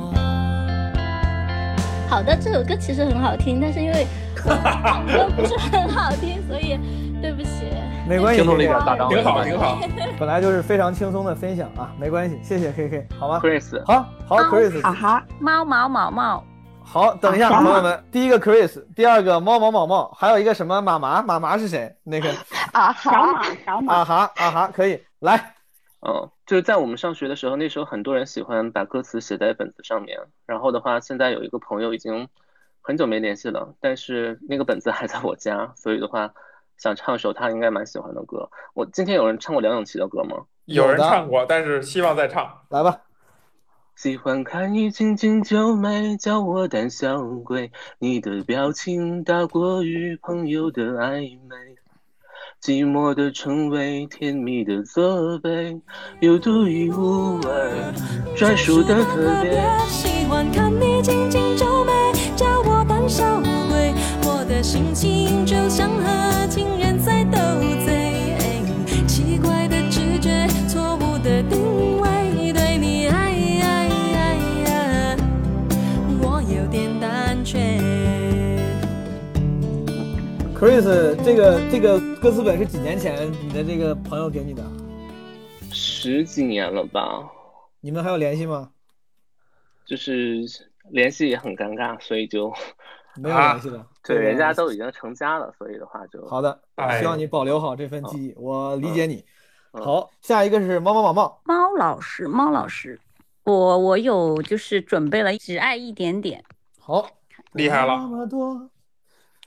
[SPEAKER 3] 好的，这首歌其实很好听，但是因为我唱歌不是很好听，所以对不起。
[SPEAKER 6] 没关系，
[SPEAKER 37] 听出了一点大张伟
[SPEAKER 6] 挺
[SPEAKER 37] 挺
[SPEAKER 6] 好
[SPEAKER 37] 好
[SPEAKER 6] 挺
[SPEAKER 37] 挺
[SPEAKER 6] 好
[SPEAKER 37] 好，
[SPEAKER 6] 本来就是非常轻松的分享啊，没关系，谢谢 K K，好吗
[SPEAKER 38] Chris
[SPEAKER 6] 好好
[SPEAKER 39] 猫
[SPEAKER 6] Chris，
[SPEAKER 39] 好好，猫毛毛毛，
[SPEAKER 6] 好，等一下，
[SPEAKER 39] 好
[SPEAKER 6] 朋友们，第一个 Chris，第二个猫毛毛毛，还有一个什么马麻马麻是谁？那个
[SPEAKER 39] 啊哈，小马小马，
[SPEAKER 6] 啊哈啊哈，可以来，
[SPEAKER 35] 嗯，就是在我们上学的时候，那时候很多人喜欢把歌词写在本子上面。然后的话，现在有一个朋友已经很久没联系了，但是那个本子还在我家，所以的话，想唱一首他应该蛮喜欢的歌。我今天有人唱过梁咏琪的歌吗？
[SPEAKER 7] 有人唱过，但是希望再唱。
[SPEAKER 6] 来吧。
[SPEAKER 35] 喜欢看你紧紧皱眉，叫我胆小鬼。你的表情大过于朋友的暧昧，寂寞的称谓，甜蜜的责备，有独一无二，专属的特别。
[SPEAKER 2] 喜欢看你紧紧皱眉，叫我胆小鬼。我的心情就像和情人在斗嘴，奇怪的直觉，错误的定位，对你爱爱爱爱，我有点胆怯。
[SPEAKER 6] Chris，这个这个歌词本是几年前你的这个朋友给你的？
[SPEAKER 35] 十几年了吧，
[SPEAKER 6] 你们还有联系吗？
[SPEAKER 35] 就是联系也很尴尬，所以就
[SPEAKER 6] 没有联系了
[SPEAKER 35] 啊对，人家都已经成家了，所以的话就
[SPEAKER 6] 好的，
[SPEAKER 7] 哎
[SPEAKER 6] 希望你保留好这
[SPEAKER 7] 嗯
[SPEAKER 6] 份记忆，我理解你。
[SPEAKER 35] 嗯
[SPEAKER 6] 好，下一个是猫猫毛毛，
[SPEAKER 39] 猫老师猫老师，我我有就是准备了，只爱一点点，
[SPEAKER 6] 好，
[SPEAKER 7] 厉害了
[SPEAKER 6] 那么多，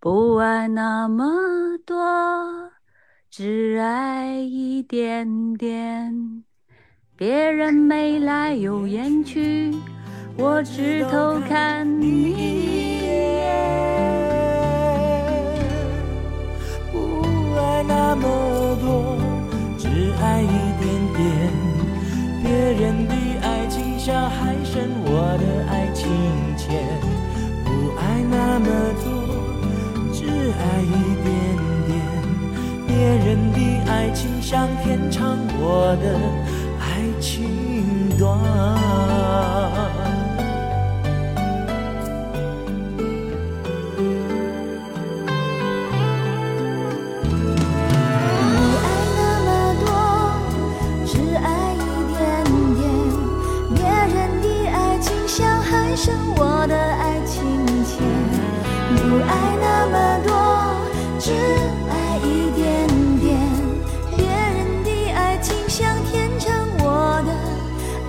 [SPEAKER 39] 不爱那么多，只爱一点点。别人眉来有眼去，我只偷看你一眼。
[SPEAKER 2] 不爱那么多，只爱一点点。别人的爱情像海深，我的爱情浅。不爱那么多，只爱一点点。别人的爱情像天长，我的爱情短。
[SPEAKER 3] 不爱那么多，只爱一点点。别人的爱情像海深，我的爱情浅。不爱那么多，只爱一点点。别人的爱情像天长，我的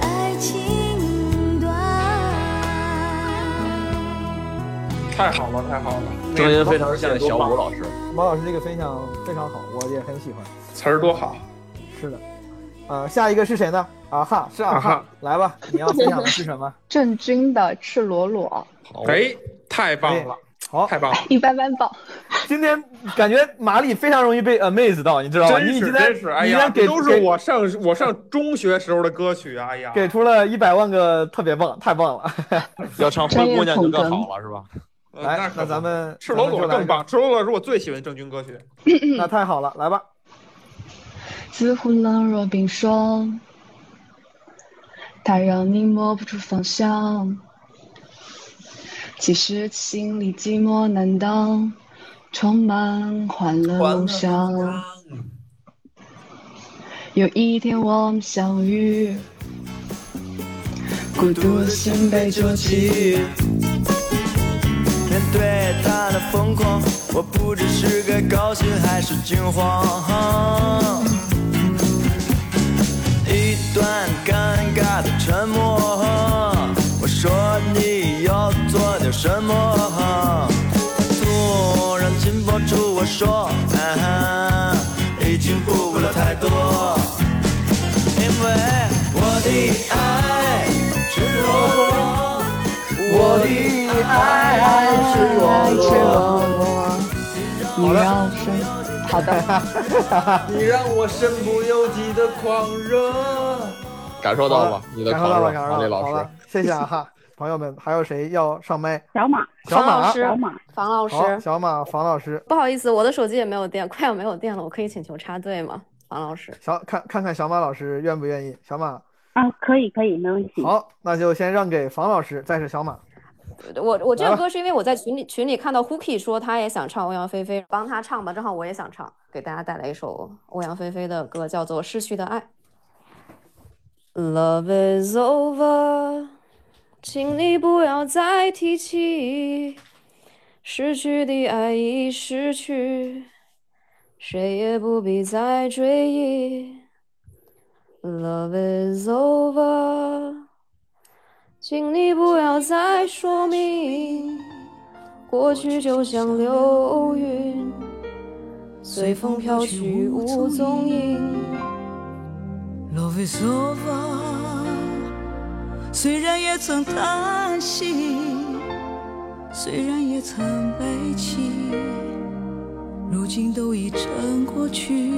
[SPEAKER 3] 爱情短。
[SPEAKER 7] 太好了，太好了，
[SPEAKER 37] 声音非常像小五老师。
[SPEAKER 6] 猫老师这个分享非常好，我也很喜欢。
[SPEAKER 7] 词儿多好。
[SPEAKER 6] 是的，啊，下一个是谁呢？啊哈，是啊
[SPEAKER 7] 啊
[SPEAKER 6] 哈
[SPEAKER 7] 哈，
[SPEAKER 6] 来吧，你要分享的是什么？
[SPEAKER 16] 郑钧的《赤裸裸
[SPEAKER 7] 哎，太 棒了，
[SPEAKER 6] 好，
[SPEAKER 7] 太棒了》，，
[SPEAKER 16] 一般般吧。
[SPEAKER 6] 今天感觉马丽非常容易被 amaze 到，你知道吗？
[SPEAKER 7] 真
[SPEAKER 6] 你
[SPEAKER 7] 是
[SPEAKER 6] 今天
[SPEAKER 7] 真是，哎
[SPEAKER 6] 你今
[SPEAKER 7] 呀，
[SPEAKER 6] 天给
[SPEAKER 7] 这都是我上我上中学时候的歌曲啊，哎呀，
[SPEAKER 6] 给给出了一百万个特别棒，太 棒了！
[SPEAKER 37] 要唱灰姑娘就更好了，是吧？
[SPEAKER 7] 呃那那
[SPEAKER 6] 咱们
[SPEAKER 7] 赤裸
[SPEAKER 6] 咱们就
[SPEAKER 7] 裸
[SPEAKER 6] 来
[SPEAKER 7] 更棒，赤裸裸是我最喜欢的郑钧歌曲。
[SPEAKER 6] 那太好了，来吧。
[SPEAKER 16] 似乎冷若冰霜，它让你摸不出方向。其实心里寂寞难当，充满欢乐梦想。有一天我们相遇，孤独的心被捉起。
[SPEAKER 1] 面对他的疯狂，我不知是该高兴还是惊慌。一段尴尬的沉默，我说你要做点什么？他突然紧抱住我说，啊哈，已经顾不了太多，因为我的爱赤裸裸。
[SPEAKER 6] 我的爱
[SPEAKER 16] 赤裸裸，你让生，
[SPEAKER 2] 好 的，
[SPEAKER 1] 你让我身不由己的狂热。
[SPEAKER 23] 感受到吧，你的
[SPEAKER 6] 感受到
[SPEAKER 23] 狂热，
[SPEAKER 6] 了，感受
[SPEAKER 23] 马
[SPEAKER 6] 到
[SPEAKER 23] 丽
[SPEAKER 6] 了。
[SPEAKER 23] 老
[SPEAKER 6] 好
[SPEAKER 23] 师
[SPEAKER 6] 了，，谢谢啊 哈，朋友们，还有谁要上麦？
[SPEAKER 40] 小马，
[SPEAKER 6] 小
[SPEAKER 28] 房老
[SPEAKER 6] 马，
[SPEAKER 28] 师房老师
[SPEAKER 6] 好小马，房老师，
[SPEAKER 28] 不好意思，我的手机也没有电，快要没有电了，我可以请求插队吗？房老师，
[SPEAKER 6] 小看看看小马老师愿不愿意？小马，
[SPEAKER 28] 啊，可以，可以，没问题。
[SPEAKER 6] 好，那就先让给房老师，再是小马。
[SPEAKER 28] 我我这
[SPEAKER 6] 来
[SPEAKER 28] 首
[SPEAKER 6] 吧
[SPEAKER 28] 歌是因为我在群里群里看到 Hooky 说他也想唱欧阳菲菲，帮他唱吧，正好我也想唱，给大家带来一首欧阳菲菲的歌，叫做《逝去的爱》。Love is over，请你不要再提起，逝去的爱已逝去，谁也不必再追忆。Love is over。请你不要再说明，过去就像流云，随风飘去无踪影。
[SPEAKER 3] Love is over，虽然也曾叹息，虽然也曾悲泣，如今都已成过去。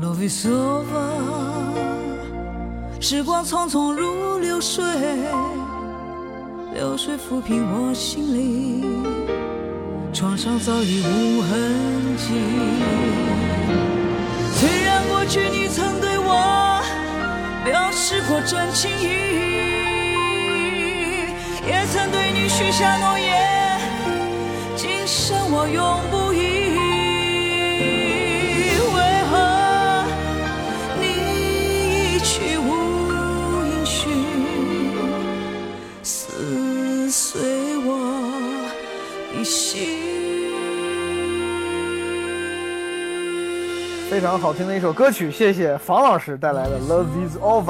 [SPEAKER 3] Love is over，时光匆匆如流水，流水抚平我心里，创伤早已无痕迹。虽然过去你曾对我表示过真情意，也曾对你许下诺言，今生我永不移。为何你一去无音讯，撕碎我的心？
[SPEAKER 6] 非常好听的一首歌曲，谢谢房老师带来的《Love Is Over》。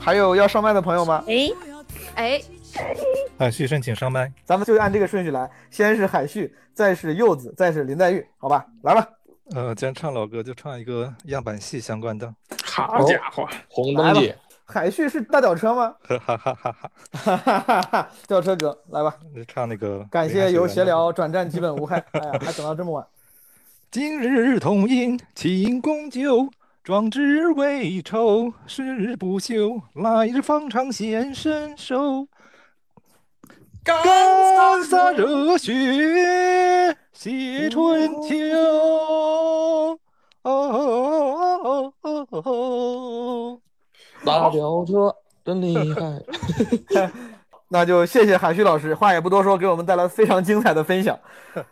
[SPEAKER 6] 还有要上麦的朋友吗？
[SPEAKER 28] 哎，哎，
[SPEAKER 7] 哎
[SPEAKER 4] 海旭申请上麦，
[SPEAKER 6] 咱们就按这个顺序来，先是海旭，再是柚子，再是林黛玉，好吧？来吧，
[SPEAKER 4] 呃，既然唱老歌，就唱一个样板戏相关的。
[SPEAKER 6] 好家
[SPEAKER 4] 伙，
[SPEAKER 23] 红
[SPEAKER 6] 来吧。海旭是大吊车吗？
[SPEAKER 4] 哈哈哈哈哈！
[SPEAKER 6] 吊车哥，来吧。
[SPEAKER 4] 唱那个。
[SPEAKER 6] 感谢由
[SPEAKER 4] 闲
[SPEAKER 6] 闲。聊转战基本无害。哎呀，还等到这 么晚。
[SPEAKER 4] 今日同饮庆功酒，壮志未酬誓不休，来日方长显身手。干洒热血写春秋。
[SPEAKER 1] 哦
[SPEAKER 4] 哦哦哦哦哦！
[SPEAKER 23] 大吊车真厉害。
[SPEAKER 6] 那就谢谢海旭老师，话也不多说，给我们带来非常精彩的分享。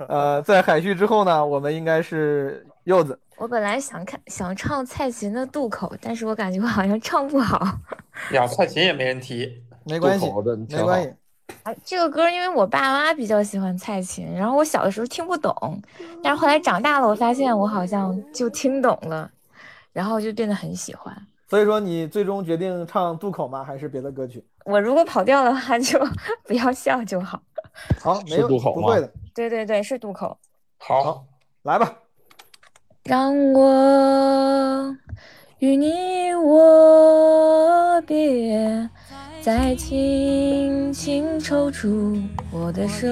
[SPEAKER 6] 呃，在海旭之后呢，我们应该是柚子。
[SPEAKER 41] 我本来想看想唱蔡琴的《渡口》，但是我感觉我好像唱不好。
[SPEAKER 7] 呀，蔡琴也没人提，
[SPEAKER 6] 没
[SPEAKER 23] 关系没关系。
[SPEAKER 41] 啊这个歌因为我爸妈比较喜欢蔡琴，然后我小的时候听不懂，但是后来长大了，我发现我好像就听懂了，然后就变得很喜欢。
[SPEAKER 6] 所以说，你最终决定唱渡口吗？还是别的歌曲？
[SPEAKER 41] 我如果跑调的话，就 不要笑就好。
[SPEAKER 6] 好，没
[SPEAKER 41] 是
[SPEAKER 6] 有
[SPEAKER 41] 渡口
[SPEAKER 6] 不
[SPEAKER 41] 吗
[SPEAKER 6] 会的。
[SPEAKER 41] 对对对，是渡口。
[SPEAKER 6] 好，来吧。
[SPEAKER 41] 让我与你握别，再轻轻抽出我的手。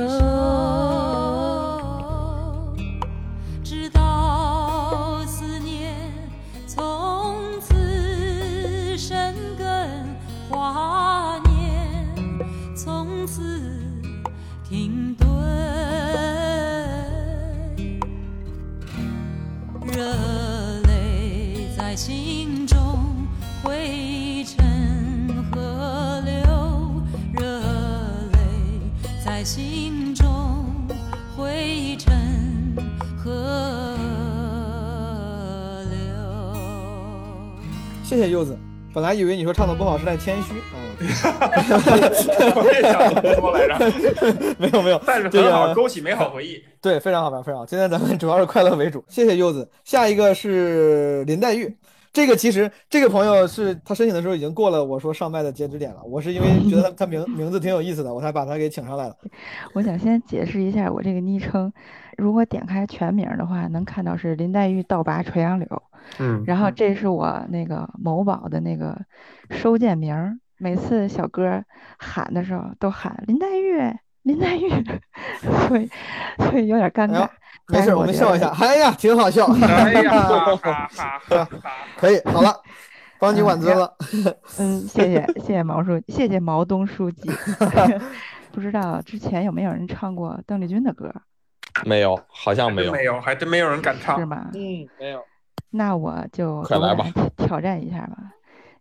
[SPEAKER 3] 直到思念从此生根华年，从此停顿。热泪在心中汇成河流，热泪在心中汇成河流。
[SPEAKER 6] 谢谢柚子。本来以为你说唱的不好是在谦虚啊，
[SPEAKER 7] 我也想这么说来着，
[SPEAKER 6] 没有没 有，
[SPEAKER 7] 但是
[SPEAKER 6] 这
[SPEAKER 7] 很
[SPEAKER 6] 个
[SPEAKER 42] 啊
[SPEAKER 7] 好，勾起美好回忆。
[SPEAKER 6] 对，非常好玩，非常好。今天咱们主要是快乐为主，谢谢柚子。下一个是林黛玉，这个其实这个朋友是他申请的时候已经过了我说上麦的截止点了，我是因为觉得他他名名字挺有意思的，我才把他给请上来了。
[SPEAKER 43] 我想先解释一下我这个昵称，如果点开全名的话，能看到是林黛玉倒拔垂杨柳。
[SPEAKER 11] 嗯
[SPEAKER 43] 然后这是我那个某宝的那个收件名儿，每次小哥喊的时候都喊林黛玉，林黛 玉，所以所以有点尴尬。
[SPEAKER 6] 哎没
[SPEAKER 43] 但
[SPEAKER 6] 事，
[SPEAKER 43] 是
[SPEAKER 6] 我们
[SPEAKER 43] 觉
[SPEAKER 6] 笑
[SPEAKER 43] 得
[SPEAKER 6] 一 下，哎呀，挺好笑。
[SPEAKER 43] 哎呀
[SPEAKER 7] 哈哈哈哈
[SPEAKER 6] 可以，好了，帮你挽尊了。
[SPEAKER 43] 嗯，谢谢谢谢毛书，谢谢毛东书记。 不知道之前有没有人唱过邓丽君的歌？
[SPEAKER 4] 没有，好像没有，
[SPEAKER 7] 没有，还真没有人敢唱，
[SPEAKER 43] 是吗？
[SPEAKER 7] 嗯，没有。
[SPEAKER 43] 那我就
[SPEAKER 4] 快
[SPEAKER 43] 我
[SPEAKER 4] 来
[SPEAKER 43] 来 挑挑战一下吧，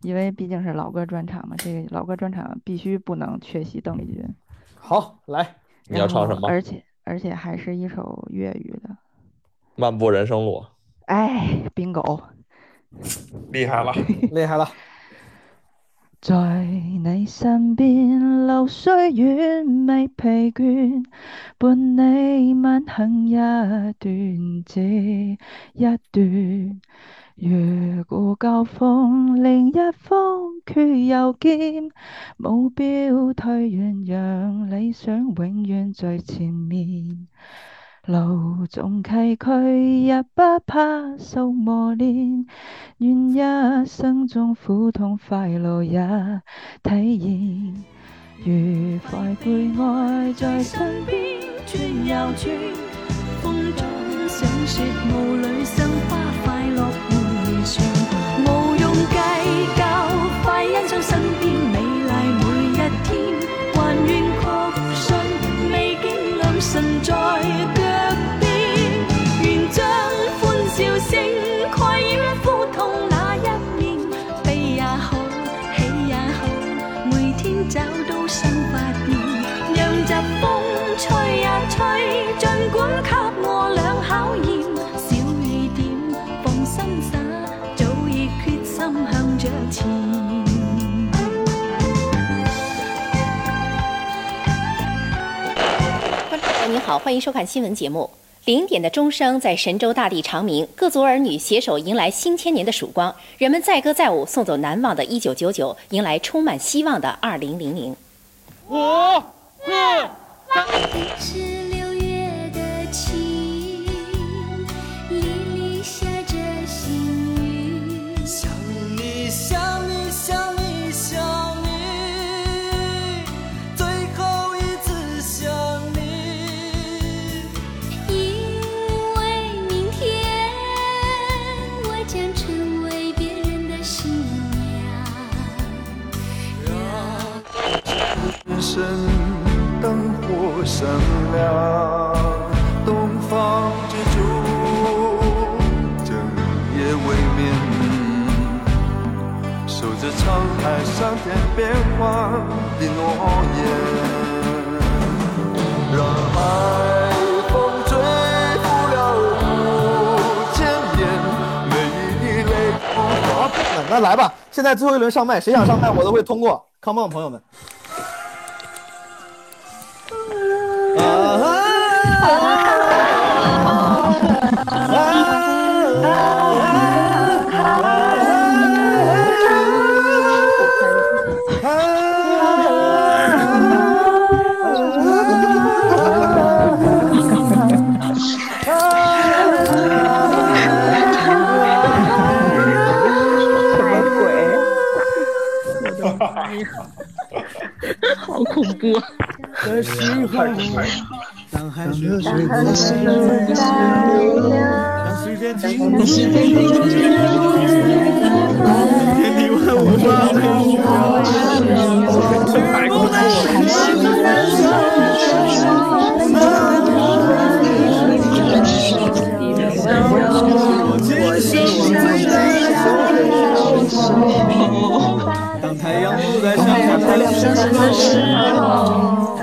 [SPEAKER 43] 因为毕竟是老歌专场嘛，这个老歌专场必须不能缺席邓丽君。
[SPEAKER 6] 好，来，
[SPEAKER 4] 你要唱什么
[SPEAKER 43] 而且而且还是一首粤语的，
[SPEAKER 4] 漫步 人生路，
[SPEAKER 43] 哎，冰狗。
[SPEAKER 7] 厉害了，
[SPEAKER 6] 厉害了。
[SPEAKER 43] 在你身边，流水远未疲倦，伴你慢行一段接一段。如故旧逢另一方，缺又兼，目标退远，让理想永远最前面。路纵崎岖，也不怕受磨练。愿一生中苦痛快乐也体验，愉快配爱在身边。
[SPEAKER 3] 转又转，風中想說霧裏生花快樂回旋，無用計較，快欣賞身邊美麗每一天，還願確信未經兩神在腳邊，願將歡笑聲蓋掩苦痛那一面，悲也好，喜也好。每天找到新發現，讓疾風吹呀吹，儘管給我俩考驗。小雨點放心灑，早已決心向着前。
[SPEAKER 44] 观众朋友你好，欢迎收看新闻节目。零点的钟声在神州大地长鸣，各族儿女携手迎来新千年的曙光，人们载歌载舞，送走难忘的1999，迎来充满希望的2000。
[SPEAKER 3] 五四三。是六月的晴，沥沥下着新雨。想你，想你，想你，想你，最后一次想你。因为明天我将成为别人的新娘。
[SPEAKER 1] 声，灯火闪亮，东方之珠，整夜未眠，守着沧海桑田变幻的诺言，让海风吹拂了五千年，每一滴泪不
[SPEAKER 6] 好，那来吧，现在最后一轮上麦，谁想上麦我都会通过。Come on，朋友们。
[SPEAKER 3] 好恐怖啊！
[SPEAKER 2] 的时候，
[SPEAKER 6] 当海
[SPEAKER 2] 水当时流
[SPEAKER 6] 当时间停止，时间
[SPEAKER 2] 停止
[SPEAKER 6] 你问我吗？当太阳不再升起的时候。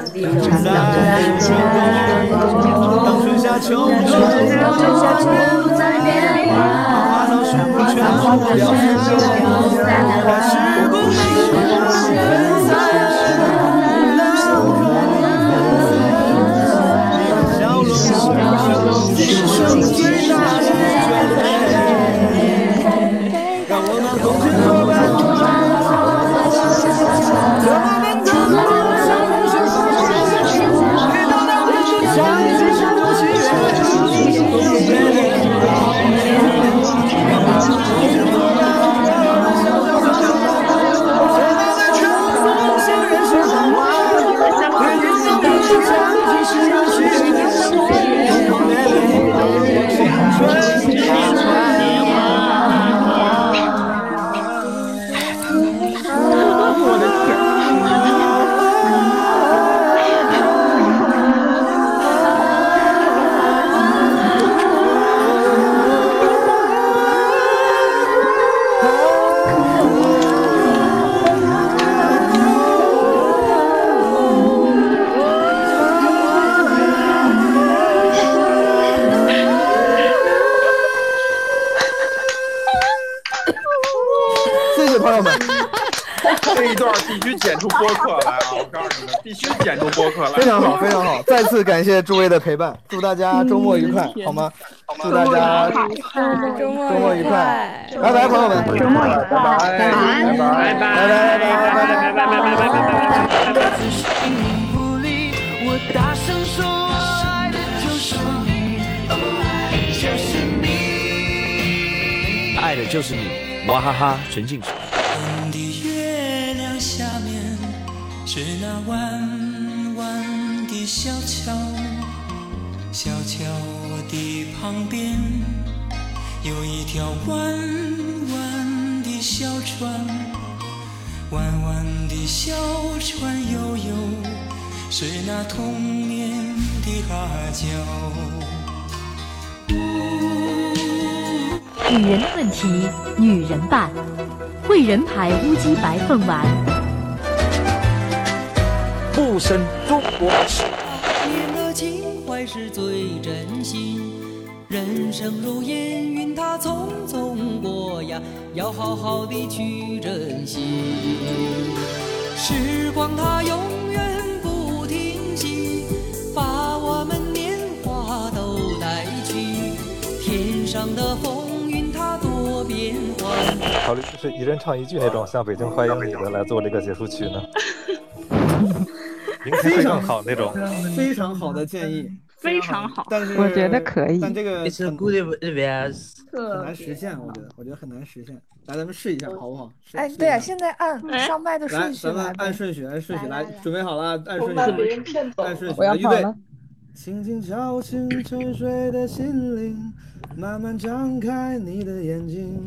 [SPEAKER 6] 当春夏秋冬，当春夏秋冬在变化，花草树木全都凋谢。谢谢朋友们，
[SPEAKER 7] 这一段必须剪出播客来啊！我告诉你们，必须剪出播客来。
[SPEAKER 6] 非常好，非常好。再次感谢诸位的陪伴，祝大家周末愉快，好吗？祝大家
[SPEAKER 45] 周
[SPEAKER 6] 周末
[SPEAKER 45] 末
[SPEAKER 6] 愉
[SPEAKER 45] 愉
[SPEAKER 6] 快
[SPEAKER 45] 快，
[SPEAKER 6] 拜拜，朋友们，周末愉快，拜拜，拜拜，拜拜，拜拜，拜拜，拜拜。
[SPEAKER 2] 只是你不理，我大声说，我爱的就是你，就是你。
[SPEAKER 4] 爱的就是你，娃哈哈，陈静说。
[SPEAKER 2] 红的月亮下面是那弯弯的小桥，小桥的旁边有一条弯弯的小船，弯弯的小船悠悠是那童年的阿娇。
[SPEAKER 44] 女人的问题，女人办。汇仁牌乌鸡白凤丸，
[SPEAKER 2] 不身中国式。念的情怀是最真心，人生如烟云，它匆匆过呀，要好好的去珍惜。时光它永远不停息，把我们年华都带去。天上的风云它多变幻。
[SPEAKER 42] 考虑就是一人唱一句那种，像《北京欢迎你》的来做这个结束曲 呢。明天会更好那种。
[SPEAKER 6] 非常好的建议，
[SPEAKER 46] 非常好，
[SPEAKER 6] 但是
[SPEAKER 47] 我觉得可以
[SPEAKER 6] 但这个
[SPEAKER 47] It's
[SPEAKER 16] a good advice，
[SPEAKER 6] 很难实现，我觉得，我觉得很难实现。来，咱们试一下，好不好？试
[SPEAKER 16] 哎
[SPEAKER 6] 试，一
[SPEAKER 16] 对啊，
[SPEAKER 6] 下
[SPEAKER 16] 现在按上麦的
[SPEAKER 6] 来，
[SPEAKER 16] 顺序
[SPEAKER 6] 咱们
[SPEAKER 16] 来呗。
[SPEAKER 6] 按顺序，按顺序来，准备好了啊，按
[SPEAKER 16] 我
[SPEAKER 6] 顺
[SPEAKER 16] 把
[SPEAKER 6] 序
[SPEAKER 16] 别人骗，走
[SPEAKER 6] 按顺序，
[SPEAKER 16] 我要
[SPEAKER 6] 来预
[SPEAKER 16] 跑
[SPEAKER 6] 备
[SPEAKER 16] 了。
[SPEAKER 6] 轻轻敲醒沉睡的心灵，慢慢张开你的眼睛。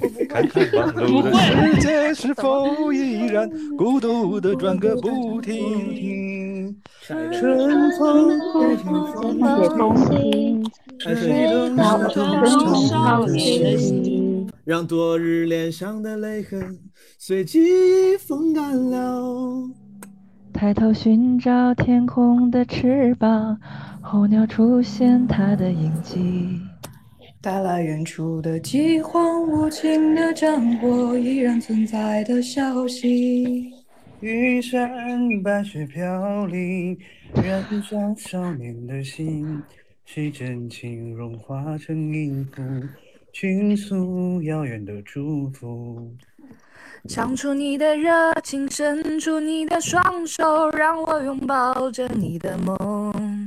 [SPEAKER 1] 不会。世界是否依然孤独的转个不停？
[SPEAKER 6] 春风吹
[SPEAKER 16] 风
[SPEAKER 6] 让昨日脸上的泪痕随记忆风干了。
[SPEAKER 47] 抬头寻找天空的翅膀，候鸟出现它的影迹。
[SPEAKER 16] 带来远处的饥荒，无情的战火，依然存在的消息。
[SPEAKER 48] 玉山白雪飘零，燃烧少年的心，是真情融化成音符，倾诉遥远的祝福。
[SPEAKER 16] 唱出你的热情，伸出你的双手，让我拥抱着你的梦，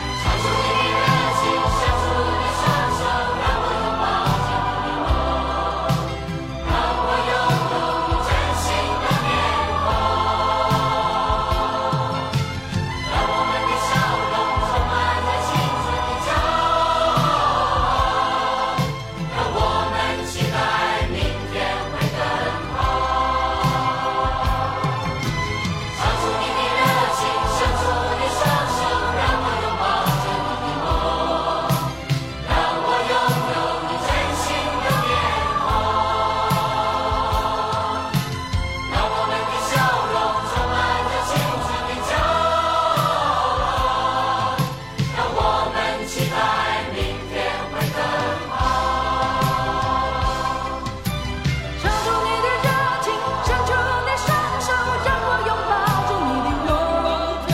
[SPEAKER 2] 唱出你的热情，伸出你双手，让我拥抱着你的梦，让我拥有你真心的面孔，让我们的笑容充满着青春的骄傲，让我们期待明天会更好。唱出你的热情，伸出你双手，让我拥抱着你的梦，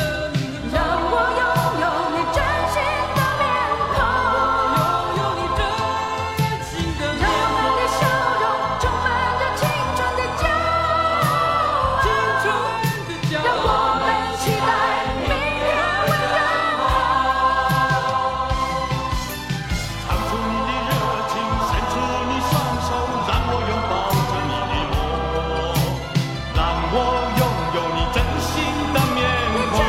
[SPEAKER 2] 让我拥有你真心的面孔，让我们的笑容充满着青春的骄傲，让我们期待明天会更好。
[SPEAKER 3] 唱出你的热情，伸出你双手，让我拥抱着你的梦，让我拥有你真心的面孔，让我们的笑容充满着青春的骄傲，让我们期待明天会更好。
[SPEAKER 2] 唱出你的热情，伸出你双手，让我拥抱着你的梦，让我拥有你真心的面孔。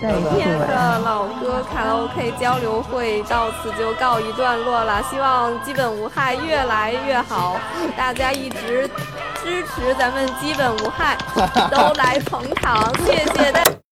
[SPEAKER 25] 今天的老歌卡拉 OK 交流会到此就告一段落了，希望基本无害越来越好，大家一直支持咱们基本无害，都来捧场，谢谢大家。